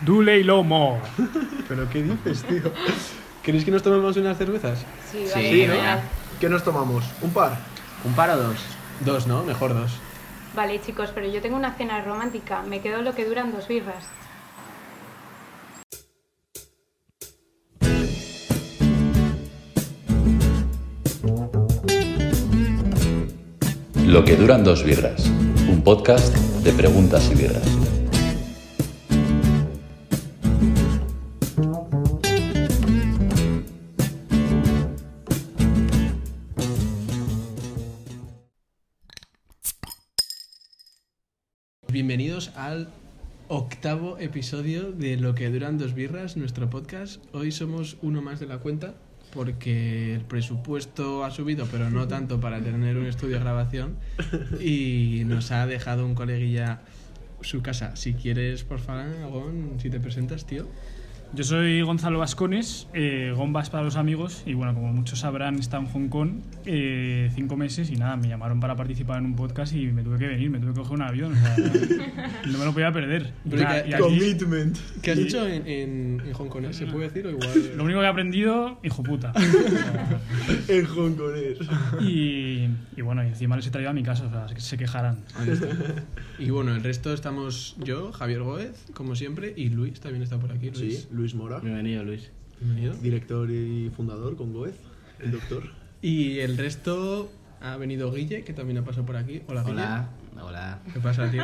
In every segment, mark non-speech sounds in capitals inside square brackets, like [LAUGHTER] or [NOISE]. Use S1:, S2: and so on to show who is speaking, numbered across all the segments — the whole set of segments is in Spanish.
S1: Duley Lomo.
S2: ¿Pero qué dices, tío? ¿Queréis que nos tomemos unas cervezas?
S3: Sí,
S4: Sí,
S3: vale,
S4: ¿no?
S3: genial.
S2: ¿Qué nos tomamos? ¿Un par?
S4: ¿Un par o dos?
S2: Dos, ¿no? Mejor dos.
S3: Vale, chicos, pero yo tengo una cena romántica. Me quedo lo que duran dos birras.
S5: Lo que duran dos birras, un podcast de preguntas y birras.
S2: Bienvenidos al octavo episodio de Lo que duran dos birras, nuestro podcast. Hoy somos uno más de la cuenta porque el presupuesto ha subido, pero no tanto para tener un estudio de grabación y nos ha dejado un coleguilla su casa. Si quieres, por favor, Agón, si te presentas, tío.
S1: Yo soy Gonzalo Vascones, eh, Gombas para los amigos, y bueno, como muchos sabrán, está en Hong Kong eh, cinco meses y nada, me llamaron para participar en un podcast y me tuve que venir, me tuve que coger un avión, o sea, no me lo podía perder.
S2: Pero
S1: Nada,
S2: que-
S1: y aquí-
S6: Commitment.
S2: ¿Qué has hecho en, en- en Hong Kong? eh? ¿Se puede decir o igual?
S1: [LAUGHS] lo único que he aprendido, hijo
S2: [LAUGHS]
S1: puta.
S6: [LAUGHS] En hongkonés.
S1: Ah, Y, y bueno, y encima les he traído a mi casa, o sea, que se quejarán.
S2: Ahí está. Y bueno, el resto estamos yo, Javier Góez, como siempre, y Luis también está por aquí. Luis,
S6: Sí, Luis Mora,
S4: Bienvenido, Luis.
S2: bienvenido.
S6: director y fundador con Goez, el doctor.
S2: Y el resto ha venido Guille, que también ha pasado por aquí. Hola,
S4: Hola, hola.
S2: Guille. ¿Qué pasa, tío?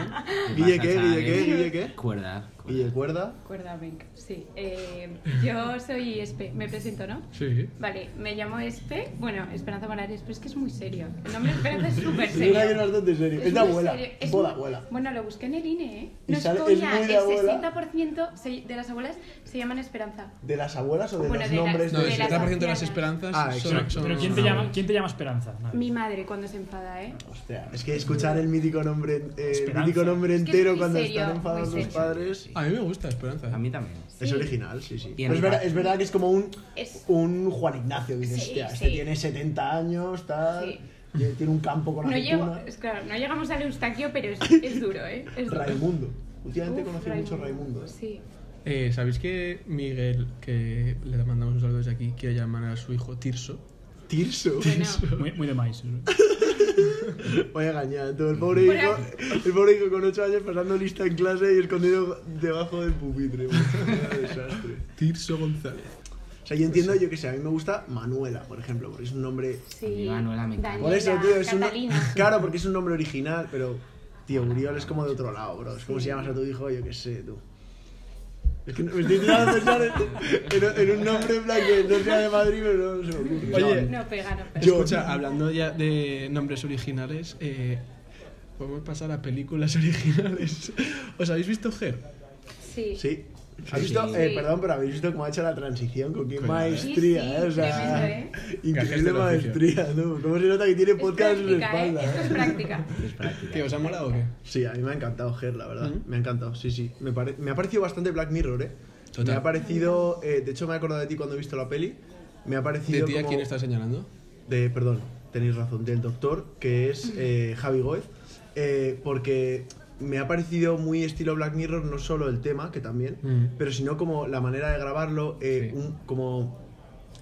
S4: ¿Qué
S6: Guille,
S4: pasa,
S6: ¿qué?
S4: chavales?
S6: Guille, ¿qué? Guille, ¿qué?
S4: Cuerda. cuerda.
S6: Y el cuerda.
S3: Cuerda Brink. Sí. eh, yo soy Espe. Me presento, ¿no?
S2: Sí.
S3: Vale, me llamo Espe. Bueno, Esperanza Morales, pero es que es muy serio. El nombre Esperanza es súper
S6: Es [LAUGHS] una que no
S3: serio.
S6: es bastante serio. Es de
S3: muy
S6: abuela.
S3: serio, es
S6: Bola,
S3: muy-
S6: abuela.
S3: Bueno, lo busqué en el INE, ¿eh?
S6: Y
S3: No es
S6: sale- es
S3: coña,
S6: muy de
S3: el
S6: abuela.
S3: 60% se- de las abuelas se llaman Esperanza.
S6: ¿De las abuelas o de
S3: Bueno,
S6: los
S3: de la-
S6: nombres
S2: No,
S3: de
S2: el
S3: las
S2: 70% de
S3: ancianas.
S2: las esperanzas
S6: Ah,
S2: son,
S1: Pero,
S2: son-
S1: pero ¿quién, te
S2: son-
S1: llama, ¿quién te llama Esperanza? Nadie.
S3: Mi madre cuando se enfada, ¿eh?
S6: Hostia, es que escuchar el mítico nombre, eh, el
S1: Esperanza.
S6: mítico nombre
S3: Es que es
S6: entero
S3: muy
S6: cuando
S3: serio,
S6: están enfadados
S3: muy
S6: los
S3: serio.
S6: padres.
S2: A mí me gusta Esperanza. ¿eh?
S4: A mí también.
S6: Es
S3: Sí.
S6: original, sí, sí.
S4: Y
S6: Pero es,
S4: animal.
S6: verdad, es verdad que es como un,
S3: Es-
S6: un Juan Ignacio. Dices,
S3: Sí,
S6: hostia,
S3: sí.
S6: este tiene 70 años, tal.
S3: Sí.
S6: y Tiene un campo con
S3: No, llego, [LAUGHS]
S6: aceitunas.
S3: es claro, no llegamos al Eustaquio, pero
S6: [LAUGHS]
S3: es, es duro, ¿eh? Es duro.
S6: Raimundo. Últimamente
S3: Uf,
S6: conocí mucho a Raimundo. ¿eh?
S3: Sí.
S2: Eh, ¿Sabéis que Miguel, que le mandamos un saludo desde aquí, quiere llamar a su hijo Tirso?
S6: ¿eh? Tirso.
S3: Bueno,
S1: Muy, muy de maíz.
S6: Vaya gañán, tú, el pobre
S3: Por
S6: hijo,
S3: aquí.
S6: el pobre hijo con 8 años pasando lista en clase y escondido debajo del pupitre. macho, Era desastre.
S2: Tirso González.
S6: O sea, yo entiendo, yo que sé, a mí me gusta Manuela, por ejemplo, porque es un nombre.
S3: sí.
S4: Yo, Manuela, me encanta.
S6: Por eso,
S3: Daniela,
S6: tío, es un. [LAUGHS]
S3: Catalina.
S6: Claro, porque es un nombre original, pero. Tío, Uriol es como de otro lado, bro. Es como si llamas a tu hijo, yo qué sé, tú. Es que no- me estoy tirando a pensar en, en- en un nombre en plan que no sea de Madrid, pero no se me ocurre.
S2: Oye,
S3: No pega, no pega.
S6: Yo-
S2: Escucha, hablando ya de nombres originales, eh, podemos pasar a películas [LAUGHS] originales. ¿Os habéis visto Ger?
S3: Sí.
S6: Sí. ¿Habéis visto?
S3: sí.
S6: Eh,
S3: Sí.
S6: perdón, pero habéis visto cómo ha hecho la transición, con qué
S2: Cuidado.
S6: maestría,
S3: Sí, sí,
S6: ¿eh? O sea,
S3: tremendo,
S2: Gajes
S6: increíble
S2: del oficio.
S6: maestría, ¿no? ¿Cómo se nota que tiene
S3: Es
S6: podcast en la
S3: práctica, ¿eh?
S6: espalda?
S3: Esto es
S6: eh?
S3: práctica.
S4: Es práctica.
S2: ¿Qué os ha molado o qué?
S6: Sí, a mí me ha encantado Ger, la verdad.
S3: Mm.
S6: Me ha encantado, sí, sí. Me, pare- me ha parecido bastante Black Mirror, ¿eh?
S2: Total.
S6: Me ha parecido. eh, de hecho, me he acordado de ti cuando he visto la peli. Me ha
S2: ¿De
S6: parecido.
S2: ti a
S6: como-
S2: quién estás señalando?
S6: de, perdón, tenéis razón, del doctor, que es eh, Javi Goez, eh, porque me ha parecido muy estilo Black Mirror, no solo el tema, que también,
S2: Mm.
S6: pero sino como la manera de grabarlo, eh,
S2: Sí.
S6: un- como...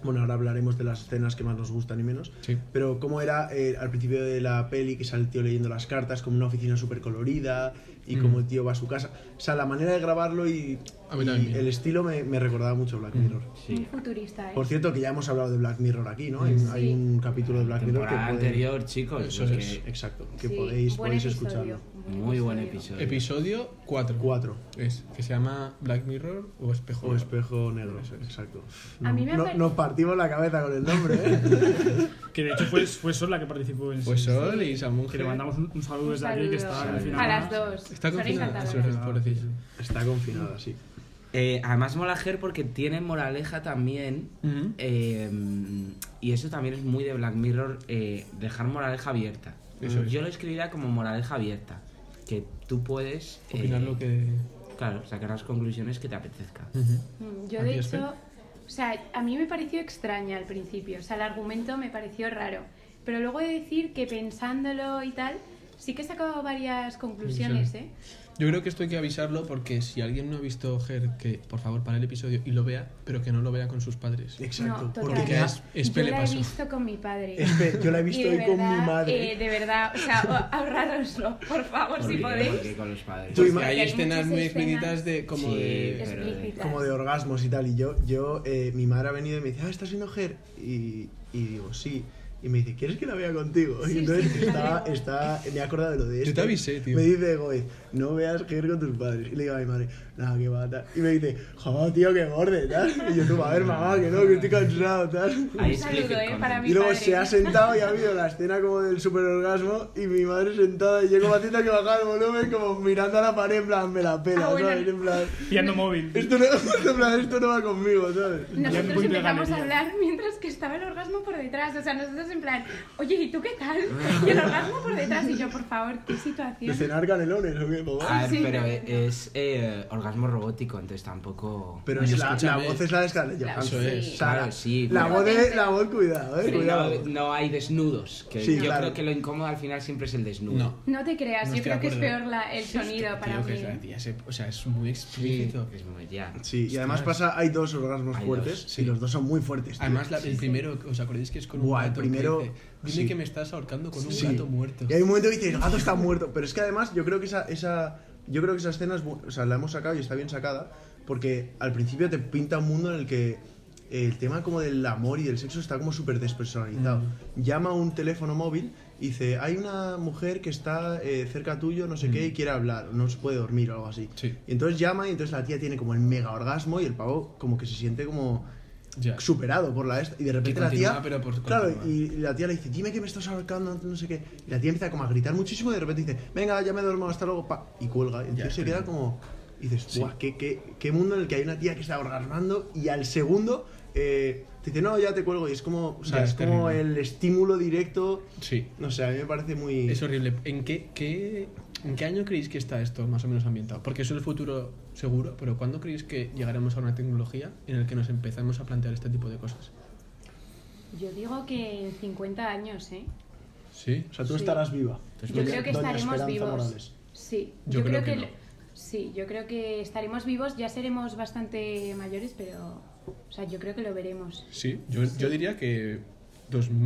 S6: Bueno, ahora hablaremos de las escenas que más nos gustan y menos.
S2: Sí.
S6: Pero cómo era eh, al principio de la peli que sale el tío leyendo las cartas, como una oficina súper colorida y
S2: Mm.
S6: como el tío va a su casa. O sea, la manera de grabarlo y,
S2: A mí
S6: y
S2: también.
S6: el estilo me, me recordaba mucho Black Mirror.
S3: Muy
S4: Sí.
S3: futurista, ¿eh?
S6: Por cierto, que ya hemos hablado de Black Mirror aquí, ¿no? Hay, un- hay un capítulo de Black Mirror que
S4: Temporada
S6: puede-
S4: anterior, chicos.
S2: Eso
S4: los
S2: es.
S4: que-
S6: Exacto, que
S3: Sí,
S6: podéis,
S3: buen
S6: podéis
S3: episodio,
S6: escucharlo.
S4: Muy buen episodio.
S2: Episodio 4.
S6: Cuatro.
S2: Es, que se llama Black Mirror o Espejo.
S6: O espejo negro, exacto.
S3: A mí me
S6: No-
S3: ha pare-
S6: nos partimos la cabeza con el nombre, ¿eh?
S1: Que de hecho fue, fue Sol la que participó en
S2: Pues
S1: ese-
S2: Sol y Samun
S1: Que le mandamos un, un saludo
S3: Un
S2: Pues
S1: desde aquí que
S3: saludo.
S1: está
S4: A
S1: confinada.
S3: A las dos.
S2: Está
S3: Son
S2: confinada,
S3: encantadoras.
S2: eso es, pobrecilla.
S6: Está confinada, sí.
S4: Eh, además mola Ger porque tiene moraleja también.
S2: Ujú.
S4: eh, y eso también es muy de Black Mirror, eh, dejar moraleja abierta.
S2: Eso es.
S4: Yo lo escribiría como moraleja abierta. Que tú puedes... eh,
S2: Opinar lo que.
S4: Claro, sacar las conclusiones que te apetezca.
S2: Ujú.
S3: Mm, Yo,
S2: ¿A
S3: de
S2: ti, Espe?
S3: hecho, o sea, a mí me pareció extraña al principio, o sea, el argumento me pareció raro, pero luego he de decir que pensándolo y tal, Sí que he sacado varias conclusiones, ¿eh?
S2: Yo creo que esto hay que avisarlo porque si alguien no ha visto Her, que por favor para el episodio y lo vea, pero que no lo vea con sus padres.
S6: Exacto.
S3: No,
S6: porque
S3: total.
S6: ya-
S2: es- es
S3: Yo la he
S2: pelepaso.
S3: visto con mi padre.
S6: Espe- yo la he
S3: Y
S6: visto
S3: de
S6: hoy con mi
S3: verdad,
S6: madre.
S3: eh, de verdad, o sea, o- ahorrároslo, por favor,
S4: ¿Por
S3: si
S4: qué? ¿Por
S3: podéis.
S4: qué con los padres?
S6: Tú
S2: Porque
S6: ima-
S2: hay
S3: hay
S2: escenas
S3: muchas
S2: muy
S3: escenas.
S2: explícitas de como
S4: Sí,
S2: de...
S4: pero-
S3: Explícitas.
S6: como de orgasmos y tal. Y yo, yo eh, mi madre ha venido y me dice, ah, ¿estás viendo Her? Y, y digo, sí. Y me dice, ¿quieres que la vea contigo?
S3: Sí,
S6: y entonces
S3: sí,
S6: estaba,
S3: claro.
S6: estaba- me he acordado de lo de esto.
S2: te avisé, tío.
S6: Me dice Gómez, no veas Her con tus padres. Y le digo a mi madre, nada, que va, tal. Y me dice, joder, tío, que borde, tal. Y yo, tú, a ver, mamá, que no, que estoy cansado, tal.
S4: Ahí
S3: Un
S4: es
S3: saludo,
S4: explicit
S3: eh,
S4: content.
S3: para mi
S6: Y luego
S3: padre.
S6: se ha sentado y ha habido la escena como del super orgasmo y mi madre sentada y yo como haciendo que bajaba el volumen como mirando a la pared en plan me la pela,
S3: Ah, bueno.
S6: ¿sabes? En plan,
S1: Pillando móvil.
S6: esto no, [LAUGHS] en plan, esto no va conmigo, ¿sabes?
S1: Ya en
S3: Nosotros
S1: punto de
S3: empezamos a
S1: galería.
S3: hablar mientras que estaba el orgasmo por detrás. O sea, nosotros en plan, oye, ¿y tú qué tal? Y el orgasmo por detrás. Y yo, por favor, ¿qué
S6: ¿De
S3: situación?
S6: cenar canelones o qué,
S4: A
S6: papá?
S4: ver,
S3: Sí.
S4: Ah, pero es eh, orgasmo robótico, entonces tampoco.
S6: Pero
S2: Oye,
S6: es la, la
S2: escúchame.
S6: voz es la de Scarlett Johansson.
S2: Eso es.
S6: O sea,
S4: Claro, sí.
S6: La
S4: bueno.
S6: voz, de, la voz, cuidado, eh,
S4: Pero
S6: cuidado.
S4: no, no hay desnudos. Que
S6: Sí,
S4: yo
S6: claro.
S4: creo que lo incómodo al final siempre es el desnudo.
S2: No.
S3: No te creas,
S2: No
S3: yo
S2: estoy de
S3: creo que es
S2: acuerdo.
S3: peor la- el sonido para
S2: Tío, que
S3: mí. ¿eh?
S2: es la tía se- o sea, es muy
S4: Sí,
S2: explícito.
S4: es muy ya.
S6: Sí, y además pasa, hay dos orgasmos
S4: Hay
S6: fuertes
S4: dos,
S2: sí.
S6: y los dos son muy fuertes. tío.
S2: Además, la- el primero, ¿os acordáis que es con un
S6: Buah, el
S2: gato que
S6: primero-
S2: dice, Dime
S6: sí.
S2: que me estás ahorcando con un
S6: Sí.
S2: gato muerto.
S6: Y hay un momento que dices, el gato está muerto. Pero es que además yo creo que esa, esa, yo creo que esa escena es bu- o sea, la hemos sacado y está bien sacada. Porque al principio te pinta un mundo en el que el tema como del amor y del sexo está como súper despersonalizado.
S2: Mm.
S6: Llama a un teléfono móvil y dice, hay una mujer que está eh, cerca tuyo, no sé qué, y quiere hablar, no se puede dormir o algo así.
S2: Mm. Sí.
S6: Y entonces llama y entonces la tía tiene como el mega orgasmo y el pavo como que se siente como
S2: Ya.
S6: superado por la esta y de repente
S2: Que
S6: la
S2: continúa,
S6: tía
S2: pero por
S6: claro
S2: continuar.
S6: y la tía le dice dime que me estás ahorcando no sé qué y la tía empieza como a gritar muchísimo y de repente dice venga ya me duermo hasta luego pa y cuelga y entonces se queda como y dices
S2: Sí.
S6: "Buah, qué, qué- qué mundo en el que hay una tía que está orgasmando y al segundo eh, te dice no ya te cuelgo y es como o sea,
S2: Ya,
S6: es
S2: es
S6: como
S2: terrible.
S6: el estímulo directo
S2: Sí.
S6: no sé a mí me parece muy
S2: Es horrible. ¿En qué, qué- ¿En qué año creéis que está esto más o menos ambientado? Porque eso es el futuro seguro, pero ¿cuándo creéis que llegaremos a una tecnología en la que nos empezamos a plantear este tipo de cosas?
S3: Yo digo que en 50 años, ¿eh?
S2: Sí.
S6: o sea tú
S3: Sí.
S6: estarás viva
S3: Yo creo que
S6: Doña
S3: estaremos
S6: Esperanza
S3: vivos.
S6: Morales.
S3: Sí,
S2: Yo creo que
S3: lo-
S2: no.
S3: sí, yo creo que estaremos vivos, ya seremos bastante mayores, pero o sea, yo creo que lo veremos.
S2: Sí, yo, yo diría que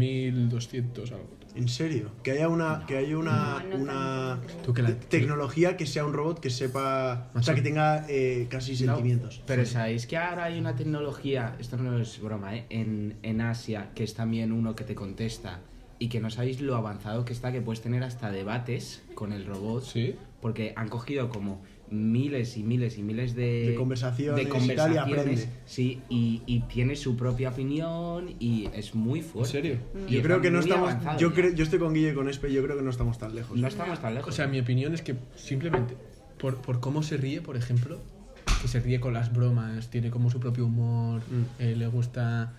S2: 2200 algo.
S6: en serio que haya una que haya una
S3: No, no
S6: una
S3: tanto, no creo.
S2: Tú que la-
S6: te- tecnología que sea un robot que sepa o sea
S2: Macho.
S6: que tenga eh, casi sentimientos
S4: Pero sabéis que ahora hay una tecnología, esto no es broma, ¿eh? en, en Asia, que es también uno que te contesta y que no sabéis lo avanzado que está, que puedes tener hasta debates con el robot,
S2: Sí.
S4: porque han cogido como miles y miles y miles de,
S6: De conversaciones
S4: de
S6: y tal, y aprende.
S4: conversaciones, sí, y, y tiene su propia opinión y es muy
S2: ¿En
S4: fuerte. Mm.
S2: serio?
S4: Y
S6: Yo
S4: es
S6: creo que no
S4: muy
S6: estamos.
S4: avanzado
S6: Yo,
S4: ya. Pues
S6: creo, yo estoy con Guille y con Espe, yo creo que no estamos tan lejos.
S4: no estamos tan lejos.
S2: O sea, mi opinión es que simplemente por, por cómo se ríe, por ejemplo, que se ríe con las bromas, tiene como su propio humor,
S6: Mm.
S2: eh, le gusta,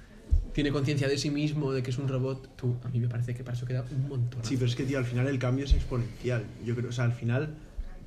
S2: tiene conciencia de sí mismo, de que es un robot, tú, a mí me parece que para eso queda un montón.
S6: Sí, pero es que, tío, al final el cambio es exponencial. Yo creo, o sea, al final,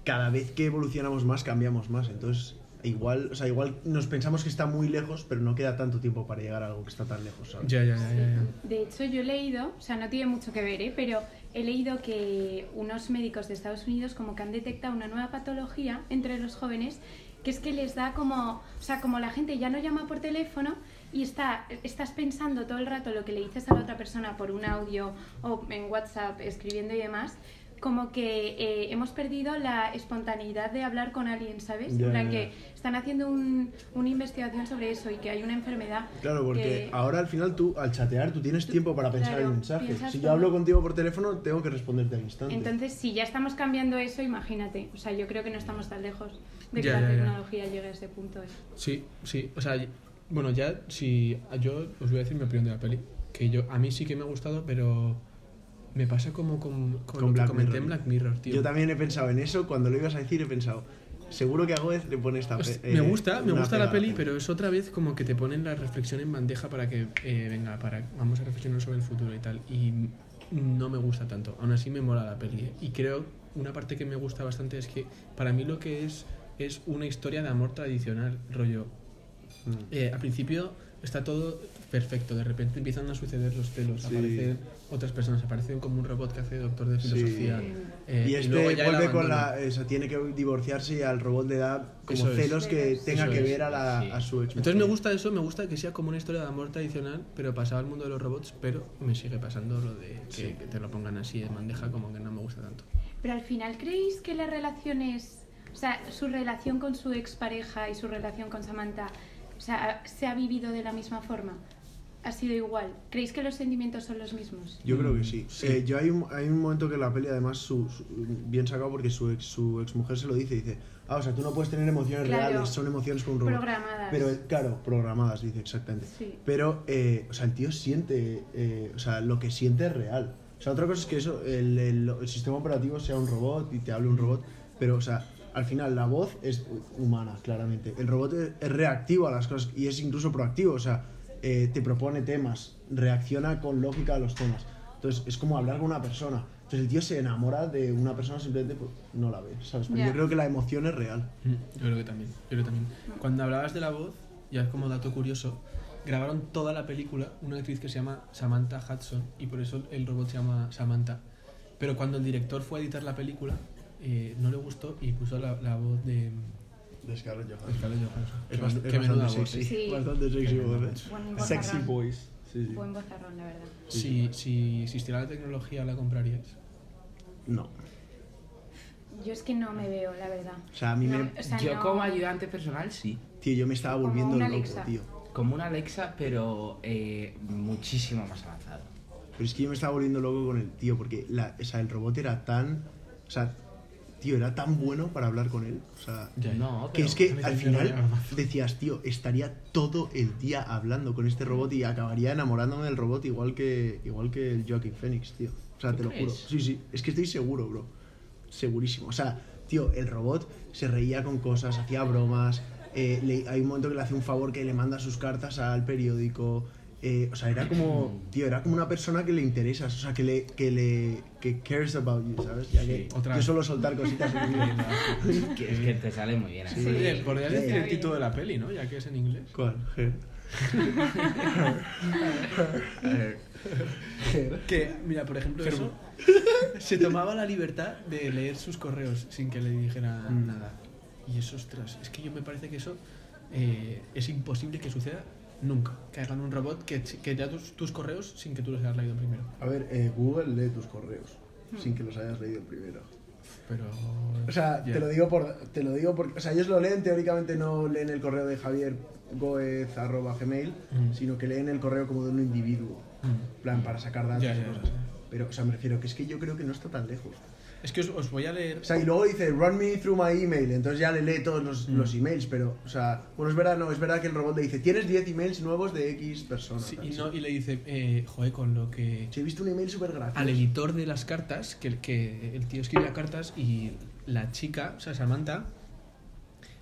S6: cada vez que evolucionamos más, cambiamos más. Entonces, igual, o sea, igual nos pensamos que está muy lejos, pero no queda tanto tiempo para llegar a algo que está tan lejos. ¿sabes?
S2: Ya, ya, ya, ya, ya.
S3: De hecho, yo he leído, o sea, no tiene mucho que ver, ¿eh? pero he leído que unos médicos de Estados Unidos como que han detectado una nueva patología entre los jóvenes que es que les da como, o sea, como la gente ya no llama por teléfono y está, estás pensando todo el rato lo que le dices a la otra persona por un audio o en WhatsApp escribiendo y demás, como que eh, hemos perdido la espontaneidad de hablar con alguien, ¿sabes?
S6: Ya,
S3: en plan
S6: ya,
S3: que están haciendo un- una investigación sobre eso y que hay una enfermedad.
S6: Claro, porque
S3: que-
S6: ahora al final tú, al chatear, tú tienes tiempo para pensar
S3: Claro,
S6: en el mensaje.
S3: piensas
S6: Si yo
S3: todo.
S6: hablo contigo por teléfono, tengo que responderte al instante.
S3: Entonces, si ya estamos cambiando eso, imagínate. O sea, yo creo que no estamos tan lejos de que
S2: Ya,
S3: la
S2: ya, ya.
S3: tecnología llegue a ese punto. ¿eh?
S2: Sí, sí, o sea, bueno, ya, si yo os voy a decir mi opinión de la peli, que yo, a mí sí que me ha gustado, pero me pasa como con, con,
S6: Con
S2: lo que
S6: Black
S2: comenté en
S6: Mirror.
S2: Black Mirror, tío.
S6: Yo también he pensado en eso, cuando lo ibas a decir, he pensado. Seguro que a Gómez le pone esta. pe-
S2: Hostia,
S6: eh,
S2: Pues, me gusta, me
S6: una
S2: gusta la
S6: pega a
S2: peli, pero es otra vez como que te ponen la reflexión en bandeja para que, eh, venga, para, vamos a reflexionar sobre el futuro y tal. Y no me gusta tanto. Aún así me mola la peli. eh. Y creo, una parte que me gusta bastante es que para mí lo que es es una historia de amor tradicional, rollo.
S6: Mm.
S2: Eh, al principio está todo perfecto, de repente empiezan a suceder los pelos,
S6: Sí.
S2: aparecen otras personas, aparecen como un robot que hace doctor de
S6: Sí.
S2: filosofía. Eh,
S6: y
S2: luego
S6: este
S2: ya el
S6: vuelve con
S2: abandono.
S6: la. Eso, tiene que divorciarse y al robot le da como
S2: Eso es.
S6: celos que tenga
S2: Eso
S6: que
S2: es,
S6: ver a, la,
S4: sí.
S6: a su ex.
S2: Entonces me gusta eso, me gusta que sea como una historia de amor tradicional, pero pasado al mundo de los robots, pero me sigue pasando lo de que, que te lo pongan así de bandeja, como que no me gusta tanto.
S3: Pero al final, ¿creéis que las relaciones, o sea, su relación con su expareja y su relación con Samantha, o sea, se ha vivido de la misma forma? ¿Ha sido igual? ¿Creéis que los sentimientos son los mismos?
S6: Yo creo que
S2: Mm,
S6: sí. Eh, yo hay un, hay un momento que la peli, además, su, su- bien sacado porque su ex, su mujer se lo dice. Dice, ah, o sea, tú no puedes tener emociones
S3: Claro.
S6: reales, son emociones con un robot.
S3: Programadas.
S6: Pero, eh, claro, programadas, dice exactamente.
S3: Sí.
S6: Pero, eh, o sea, el tío siente, eh, o sea, lo que siente es real. O sea, otra cosa es que eso, el, el- el sistema operativo sea un robot y te hable un robot, pero, o sea, al final la voz es humana, claramente. El robot es, es reactivo a las cosas y es incluso proactivo, o sea, eh, te propone temas, reacciona con lógica a los temas. Entonces, es como hablar con una persona. Entonces, el tío se enamora de una persona simplemente pues, no la ve, ¿sabes? Pero
S3: Ya.
S6: yo creo que la emoción es real.
S2: Mm, Yo creo que también, yo creo que también. Cuando hablabas de la voz, ya como dato curioso, grabaron toda la película una actriz que se llama Samantha Hudson y por eso el robot se llama Samantha. Pero cuando el director fue a editar la película, eh, no le gustó y puso la, la voz de
S6: De Scarlett
S2: de
S6: Johansson.
S2: Scarlett Johansson.
S6: Es
S2: Qué
S6: bast-
S2: men-
S6: es
S2: qué menuda
S6: bastante
S2: voz. ¿eh?
S6: sexy.
S3: Sí.
S6: Bastante sexy, voz, ¿eh?
S3: Buen
S7: Sexy
S3: bozarrón.
S7: Boys. Sí, sí.
S3: Buen bozarrón, la verdad.
S2: Si, si existiera la tecnología, ¿la comprarías?
S6: No.
S3: Yo es que no me veo, la verdad.
S6: O sea, a mí
S3: No,
S6: me-
S3: o sea,
S4: Yo
S3: no-
S4: como ayudante personal, sí.
S6: Tío, yo me estaba
S3: Como
S6: volviendo
S3: una
S6: loco,
S3: Alexa.
S6: tío.
S4: Como una Alexa, pero eh, muchísimo más avanzado.
S6: Pero es que yo me estaba volviendo loco con el tío, porque la, o sea, el robot era tan. O sea, tío, era tan bueno para hablar con él. O sea,
S2: Ya, ya.
S4: No,
S6: que
S4: pero
S6: es que
S2: a mí
S6: al
S2: también me
S6: final
S2: llama.
S6: decías, tío, estaría todo el día hablando con este robot y acabaría enamorándome del robot igual que, igual que el Joaquin Phoenix, tío. O sea,
S4: ¿Tú
S6: te lo juro.
S4: crees?
S6: Sí, sí, es que estoy seguro, bro. Segurísimo. O sea, tío, el robot se reía con cosas, hacía bromas. eh, le- hay un momento que le hace un favor que le manda sus cartas al periódico. eh, o sea,
S2: [CLEARS THROAT]
S6: era como, tío, era como una persona que le interesas, o sea, que le, que le, que cares about you, ¿sabes? Ya que
S2: Sí, otra
S6: yo
S2: vez.
S6: suelo soltar cositas. en
S2: [LAUGHS]
S6: inglés.
S4: que, es que te sale muy bien así.
S6: Sí.
S2: Oye, podrías
S6: Sí.
S2: decir el título de la peli, ¿no? Ya que es en inglés.
S6: ¿Cuál? Her.
S2: Que, mira, por ejemplo, eso, se tomaba la libertad de leer sus correos sin que le dijera nada. Y eso, ostras, es que yo me parece que eso eh, es imposible que suceda nunca. Que hagan un robot que, que lea tus, tus correos sin que tú los hayas leído primero.
S6: A ver, eh, Google lee tus correos sin que los hayas leído primero.
S2: Pero...
S6: O sea,
S2: ya.
S6: te lo digo por, te lo digo porque, o sea, ellos lo leen teóricamente no leen el correo de Javier Goez arroba gmail,
S2: Mm.
S6: sino que leen el correo como de un individuo,
S2: Mm.
S6: en plan para sacar datos
S2: Ya,
S6: y
S2: ya,
S6: cosas.
S2: ya.
S6: Pero, o sea, me refiero que es que yo creo que no está tan lejos.
S2: Es que os, os voy a leer...
S6: O sea, y luego dice, run me through my email, entonces ya le lee todos los,
S2: Hmm.
S6: los emails, pero, o sea, bueno, es verdad, no, es verdad que el robot le dice, tienes 10 emails nuevos de X personas.
S2: Sí,
S6: tal,
S2: y,
S6: sí.
S2: no, y le dice, eh, joder, con lo que...
S6: Sí, he visto un email súper gracioso.
S2: al editor de las cartas, que el, que el tío escribía cartas y la chica, o sea, Samantha,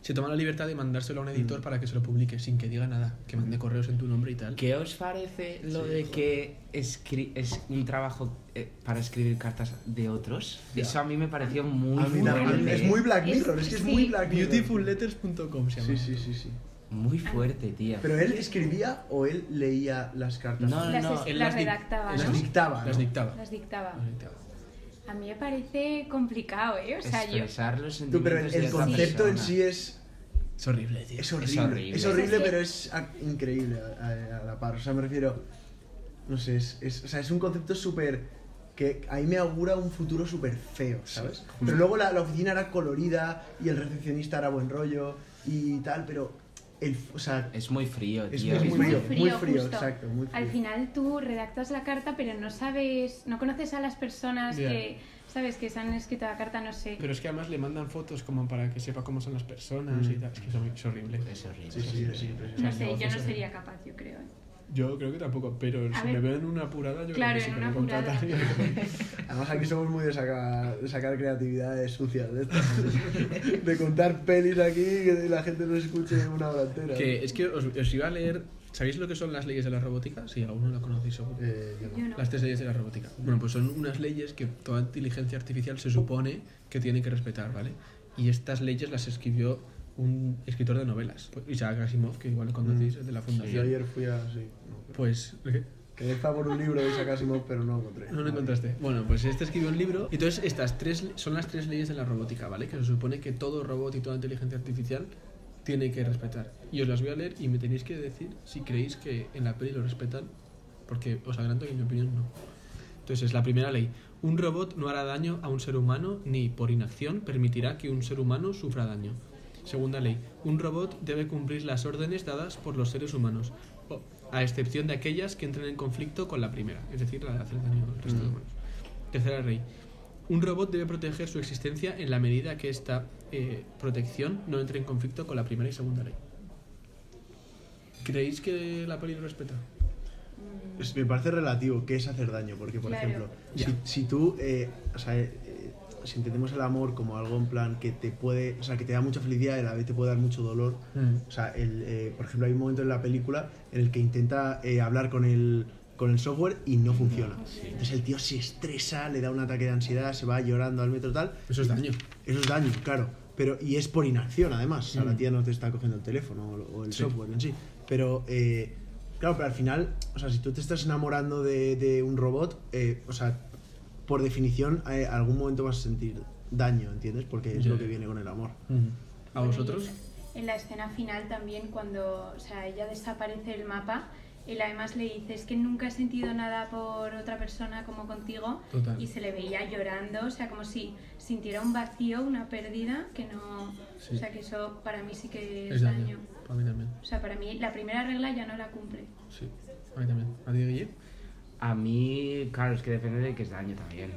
S2: se toma la libertad de mandárselo a un editor para que se lo publique sin que diga nada, que mande correos en tu nombre y tal.
S4: ¿Qué os parece lo de que escri- es un trabajo eh, para escribir cartas de otros? Eso a mí me pareció muy
S6: A mí también.
S4: fuerte.
S6: es muy
S4: eh.
S6: Black
S3: Es-
S6: Mirror, es, que es
S3: sí.
S6: muy Black Mirror.
S2: Beautifulletters.com se llama.
S6: Sí, sí, sí, sí.
S4: Muy fuerte, tío.
S6: Pero él escribía o él leía las cartas.
S4: No,
S3: Las,
S4: no,
S3: es-
S2: él
S3: las
S2: las di-
S3: redactaba,
S2: él
S3: ¿no?
S6: Las dictaba. ¿no?
S2: Las dictaba.
S3: Las dictaba.
S2: Las dictaba.
S3: A mí me parece complicado, ¿eh? O sea, yo...
S4: Expresar los
S6: Tú, pero el,
S4: sentimientos de
S6: el
S4: otra
S6: concepto en
S4: persona.
S6: sí es,
S2: Es horrible, tío.
S6: es horrible.
S4: horrible.
S6: Es horrible,
S3: Es que-
S6: pero es a- increíble a, a- a la par. O sea, me refiero. No sé, es, es- o sea, es un concepto súper. que ahí me augura un futuro súper feo, ¿sabes? Pero luego la, la oficina era colorida y el recepcionista era buen rollo y tal, pero. El, o sea,
S4: Es muy frío,
S6: Es
S4: tío.
S6: muy
S3: Es muy
S6: frío,
S3: frío,
S6: muy frío,
S3: justo.
S6: exacto, muy
S3: Al
S6: frío.
S3: final tú redactas la carta, pero no sabes, no conoces a las personas
S2: Ya.
S3: que, sabes, que se han escrito la carta, no sé.
S2: Pero es que además le mandan fotos como para que sepa cómo son las personas y tal. Es que es horri- es horrible.
S4: Es horrible.
S6: Sí, sí, sí, sí.
S3: no
S2: el
S3: sé, yo
S2: negocio
S3: no
S2: es
S3: sería capaz, yo creo. ¿eh?
S2: Yo creo que tampoco, pero
S3: A
S2: si
S3: ver.
S2: me veo en una apurada, yo
S3: Claro,
S2: creo que sí
S3: en
S2: que
S3: una
S2: me
S3: apurada.
S2: contrataría.
S6: Además aquí somos muy de sacar, de sacar creatividades sucias, de, estas. [LAUGHS] de contar pelis aquí que la gente no escuche una hora entera.
S2: que es que os, os iba a leer. ¿Sabéis lo que son las leyes de la robótica? Si alguno lo conocéis seguro.
S6: Eh, yo no.
S3: Yo no.
S2: Las tres leyes de la robótica. Bueno, pues son unas leyes que toda inteligencia artificial se supone que tiene que respetar, ¿vale? Y estas leyes las escribió un escritor de novelas, pues Isaac Asimov, que igual lo conocéis, el de la
S6: Yo
S2: fundación.
S6: ayer fui a... sí, no,
S2: Pues, ¿qué?
S6: Quedé por un libro de Isaac Asimov, pero no lo encontré.
S2: No lo encontraste. Bueno, pues este escribió un libro. Entonces, estas tres le- son las tres leyes de la robótica, ¿vale? Que se supone que todo robot y toda inteligencia artificial tiene que respetar. Y os las voy a leer y me tenéis que decir si creéis que en la peli lo respetan, porque os adelanto que en mi opinión no. Entonces, la primera ley. Un robot no hará daño a un ser humano ni, por inacción, permitirá que un ser humano sufra daño. Segunda ley. Un robot debe cumplir las órdenes dadas por los seres humanos, o- a excepción de aquellas que entren en conflicto con la primera, es decir, la de hacer daño al resto de humanos. Tercera ley. Un robot debe proteger su existencia en la medida que esta eh, protección no entre en conflicto con la primera y segunda ley. ¿Creéis que la peli lo respeta?
S6: Es- me parece relativo qué es hacer daño, porque por
S3: Claro.
S6: ejemplo,
S2: Ya.
S6: si, si tú, eh, o sea, eh, eh, si entendemos el amor como algo en plan que te puede, o sea, que te da mucha felicidad y a la vez te puede dar mucho dolor, o sea, el, eh, por ejemplo, hay un momento en la película en el que intenta eh, hablar con el, con el software y no funciona.
S2: Ah,
S6: Entonces el tío se estresa, le da un ataque de ansiedad, se va llorando al metro tal.
S2: Eso es daño.
S6: Eso es daño, claro. Pero, y es por inacción, además. O sea,
S2: Mm.
S6: la tía no te está cogiendo el teléfono o, lo- o el
S2: Sí.
S6: software en sí. Pero, eh, claro, pero al final, o sea, si tú te estás enamorando de, de un robot, eh, o sea, por definición, eh, algún momento vas a sentir daño, ¿entiendes? Porque es
S2: Ya,
S6: lo
S2: ya.
S6: que viene con el amor.
S2: ¿A
S3: Bueno, y
S2: vosotros?
S3: En la escena final también, cuando o sea, ella desaparece del mapa, él además le dice, es que nunca he sentido nada por otra persona como contigo.
S2: Total.
S3: Y se le veía llorando, o sea, como si sintiera un vacío, una pérdida, que no...
S2: Sí.
S3: O sea, que eso para mí sí que es,
S2: Es daño.
S3: daño.
S2: Para mí también.
S3: O sea, para mí la primera regla ya no la cumple.
S2: Sí. A mí también. ¿A ti, Guille?
S4: A mí, claro, es que depende de que es daño también.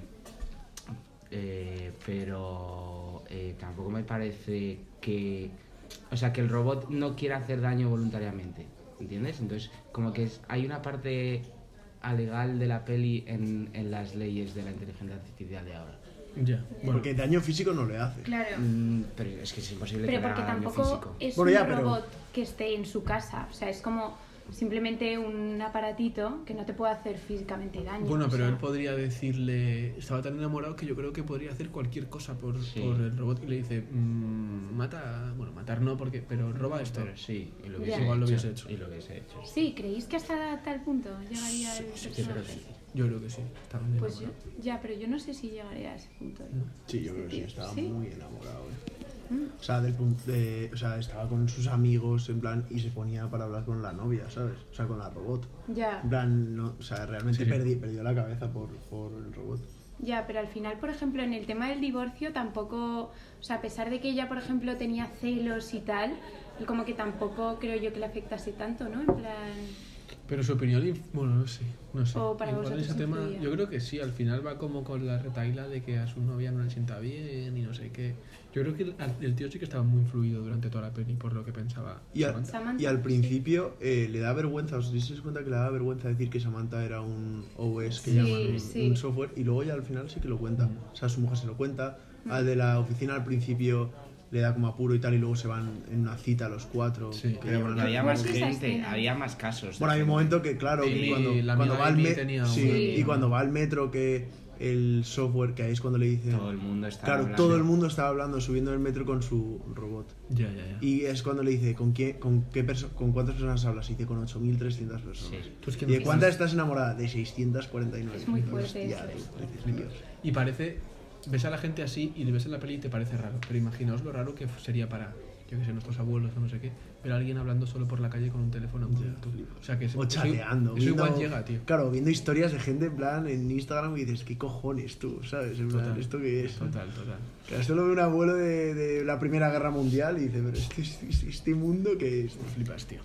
S4: Eh, pero eh, tampoco me parece que. O sea, que el robot no quiera hacer daño voluntariamente. ¿Entiendes? Entonces, como que es- hay una parte alegal de la peli en, en las leyes de la inteligencia artificial de ahora.
S2: Ya. Bueno,
S6: Porque daño físico no le hace.
S3: Claro.
S4: Mm, pero es que es imposible
S3: Pero
S4: que le
S3: porque
S4: haga daño
S3: tampoco
S4: físico.
S3: es
S6: Bueno, ya,
S3: un
S6: pero-
S3: robot que esté en su casa. O sea, es como simplemente un aparatito que no te puede hacer físicamente daño.
S2: bueno
S3: o
S2: pero
S3: sea.
S2: él podría decirle... Estaba tan enamorado que yo creo que podría hacer cualquier cosa por,
S4: Sí.
S2: por el robot. Y le dice, "Mm, mata... Bueno, matar no, porque pero roba esto.
S4: Pero sí, y lo
S3: Ya.
S4: hubiese,
S2: Igual lo
S4: hecho,
S2: hubiese hecho.
S4: Y lo hubiese hecho.
S3: Sí, ¿creéis que hasta tal punto llegaría el
S4: Sí, pero
S3: personaje?
S4: sí.
S2: Yo creo que sí. Estaba muy
S3: Pues yo,
S2: enamorado.
S3: ya, pero yo no sé si llegaría a ese punto. ¿eh?
S4: Mm.
S6: Sí, yo creo que sí,
S3: Tío,
S6: estaba
S3: ¿sí? Ah.
S6: muy enamorado, eh. O sea, del pun- de- o sea, estaba con sus amigos, en plan, y se ponía para hablar con la novia, ¿sabes? O sea, con la robot.
S3: Ya,
S6: En plan, no, o sea, realmente
S2: Sí.
S6: perdí, perdió la cabeza por, por el robot.
S3: ya, pero al final, por ejemplo, en el tema del divorcio tampoco, o sea, a pesar de que ella, por ejemplo, tenía celos y tal, como que tampoco creo yo que le afectase tanto, ¿no? En plan,
S2: Pero su opinión, inf- bueno, no sé, no sé.
S3: O para
S2: Igual
S3: vosotros
S2: ese tema,
S3: influía.
S2: yo creo que sí, al final va como con la retaila de que a su novia no le sienta bien y no sé qué. Yo creo que el, al- el tío sí que estaba muy influido durante toda la peli por lo que pensaba.
S6: Y, a-
S2: Samantha.
S3: Samantha.
S6: y al principio eh, le da vergüenza, os disteis cuenta que le da vergüenza decir que Samantha era un OS que
S3: Sí,
S6: llaman un,
S3: sí.
S6: un software, y luego ya al final sí que lo cuenta.
S2: Mm.
S6: O sea, su mujer se lo cuenta,
S3: Mm.
S6: al de la oficina al principio le da como apuro y tal, y luego se van en una cita los cuatro.
S2: Sí.
S6: que
S4: Pero
S6: llevan a
S4: porque
S6: la-
S4: había
S3: Yo
S4: más
S3: creo que esa
S4: gente,
S3: escena-
S4: había más casos. de
S6: Bueno, hay un
S4: gente.
S6: momento que, claro,
S2: Sí,
S6: que cuando,
S2: la
S6: cuando
S2: amiga
S6: va al
S2: Amy
S6: me-
S2: tenía
S6: sí,
S2: un-
S6: y cuando va al metro que el software que ahí es cuando le dicen
S4: Todo el mundo estaba
S6: claro,
S4: hablando.
S6: todo el mundo estaba hablando, subiendo en el metro con su robot.
S2: Ya, ya, ya.
S6: Y es cuando le dice, ¿con, quién, con, qué perso- ¿con cuántas personas hablas? Y dice, con 8.300 personas.
S4: Sí.
S2: Pues que
S6: ¿Y de
S2: no-
S6: cuántas estás enamorada? De 649.
S3: Es muy fuerte
S6: Hostia,
S3: eso,
S6: tú,
S3: eso.
S6: dices, Dios.
S2: Y parece, ves a la gente así y le ves en la peli y te parece raro. Pero imaginaos lo raro que sería para, yo que sé, nuestros abuelos o no sé qué, ver a alguien hablando solo por la calle con un teléfono. con
S6: Ya,
S2: tu-
S6: flipas.
S2: o sea, que eso,
S6: O
S2: eso-
S6: chateando.
S2: eso igual
S6: viendo-
S2: llega, tío.
S6: Claro, viendo historias de gente en plan en Instagram y dices, ¿qué cojones tú? ¿Sabes? En plan,
S2: Total.
S6: ¿esto qué es?
S2: Total, total.
S6: Claro, esto lo ve un abuelo de, de la Primera Guerra Mundial y dice, pero este, este, este mundo que es...
S2: Flipas, tío.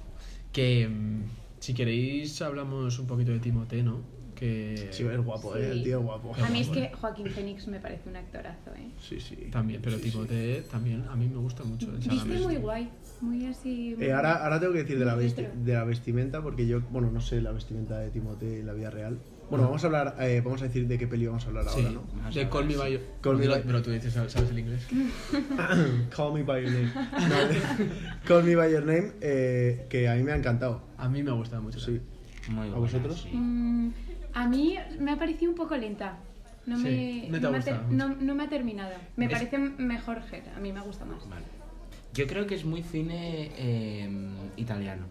S2: Que mm, si queréis hablamos un poquito de Timote, ¿no? Que
S6: Sí, es guapo,
S3: Sí.
S6: eh, el tío es guapo.
S3: a mí es que Joaquín Phoenix me parece un actorazo, ¿eh?
S6: Sí, sí.
S2: también, pero
S6: Sí, sí.
S2: Timote también a mí me gusta mucho. el
S3: Viste
S2: Chalamet.
S3: muy guay, muy así... muy-
S6: Eh, ahora, ahora tengo que decir de la,
S3: Muy
S6: vesti-
S3: dentro.
S6: de la vestimenta, porque yo, bueno, no sé la vestimenta de Timote en la vida real. Bueno, vamos a hablar, eh, vamos a decir de qué peli vamos a hablar
S2: Sí,
S6: ahora, ¿no? [CLEARS THROAT]
S2: de Call Me By
S6: Call Me By-
S2: Pero tú dices, ¿sabes sabes el inglés?
S3: Mm.
S6: Call Me By Your Name. No,
S3: [LAUGHS]
S6: Call Me By Your Name, eh, que a mí me ha encantado.
S2: A mí me ha gustado mucho.
S6: Sí.
S4: Muy buena,
S6: vosotros?
S4: sí.
S3: Mm, a mí me ha parecido un poco lenta. No,
S2: Sí,
S3: me,
S2: no te ha
S3: me ha
S2: gustado
S3: ter-
S2: mucho.
S3: no- no me ha terminado. Me
S4: Es-
S3: parece mejor Her, a mí me gusta más.
S4: Vale. Yo creo que es muy cine eh, em, italiano.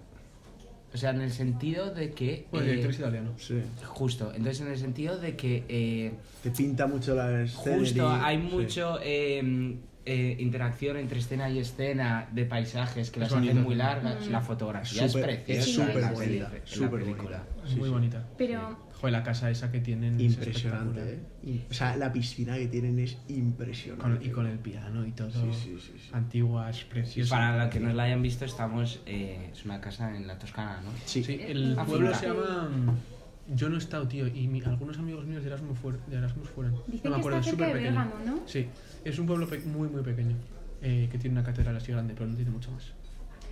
S4: O sea, en el sentido de que...
S2: Bueno,
S4: eh,
S2: el director es italiano.
S6: Sí.
S4: Justo, entonces en el sentido de que... eh,
S6: Te pinta mucho la escena.
S4: Justo, hay mucho eh, eh, interacción entre escena y escena de paisajes que
S2: Es
S4: las hacen
S2: bonito.
S4: muy largas. La fotografía
S6: Súper-
S4: es preciosa.
S3: es
S4: en la
S3: súper
S4: peli-
S6: bonita,
S4: en la
S6: súper
S4: película.
S6: bonita.
S2: Es
S6: Sí,
S2: muy
S6: sí.
S2: bonita.
S3: Pero
S2: Joder, la casa esa que tienen. es
S6: Impresionante, ¿eh?
S2: espectacular.
S6: Y- O sea, la piscina que tienen es
S2: Con-
S6: impresionante.
S2: y con el piano y todo.
S6: Sí, sí, sí, sí.
S2: Antigua, es
S4: Y
S2: preciosa.
S4: para los que no la hayan visto, estamos. eh, es una casa en la Toscana, ¿no?
S6: Sí.
S2: Sí, el
S4: Ah,
S2: pueblo
S4: fuera.
S2: se llama. mm, Yo no he estado, tío, y mi- algunos amigos míos de Erasmus, fuer- de Erasmus fueron.
S3: Dicen
S2: no me
S3: que
S2: acuerdo,
S3: está
S2: es súper
S3: cerca de
S2: pequeño.
S3: Bérgamo, ¿no?
S2: Sí, es un pueblo pe- muy, muy pequeño. eh, que tiene una catedral así grande, pero no tiene mucho más.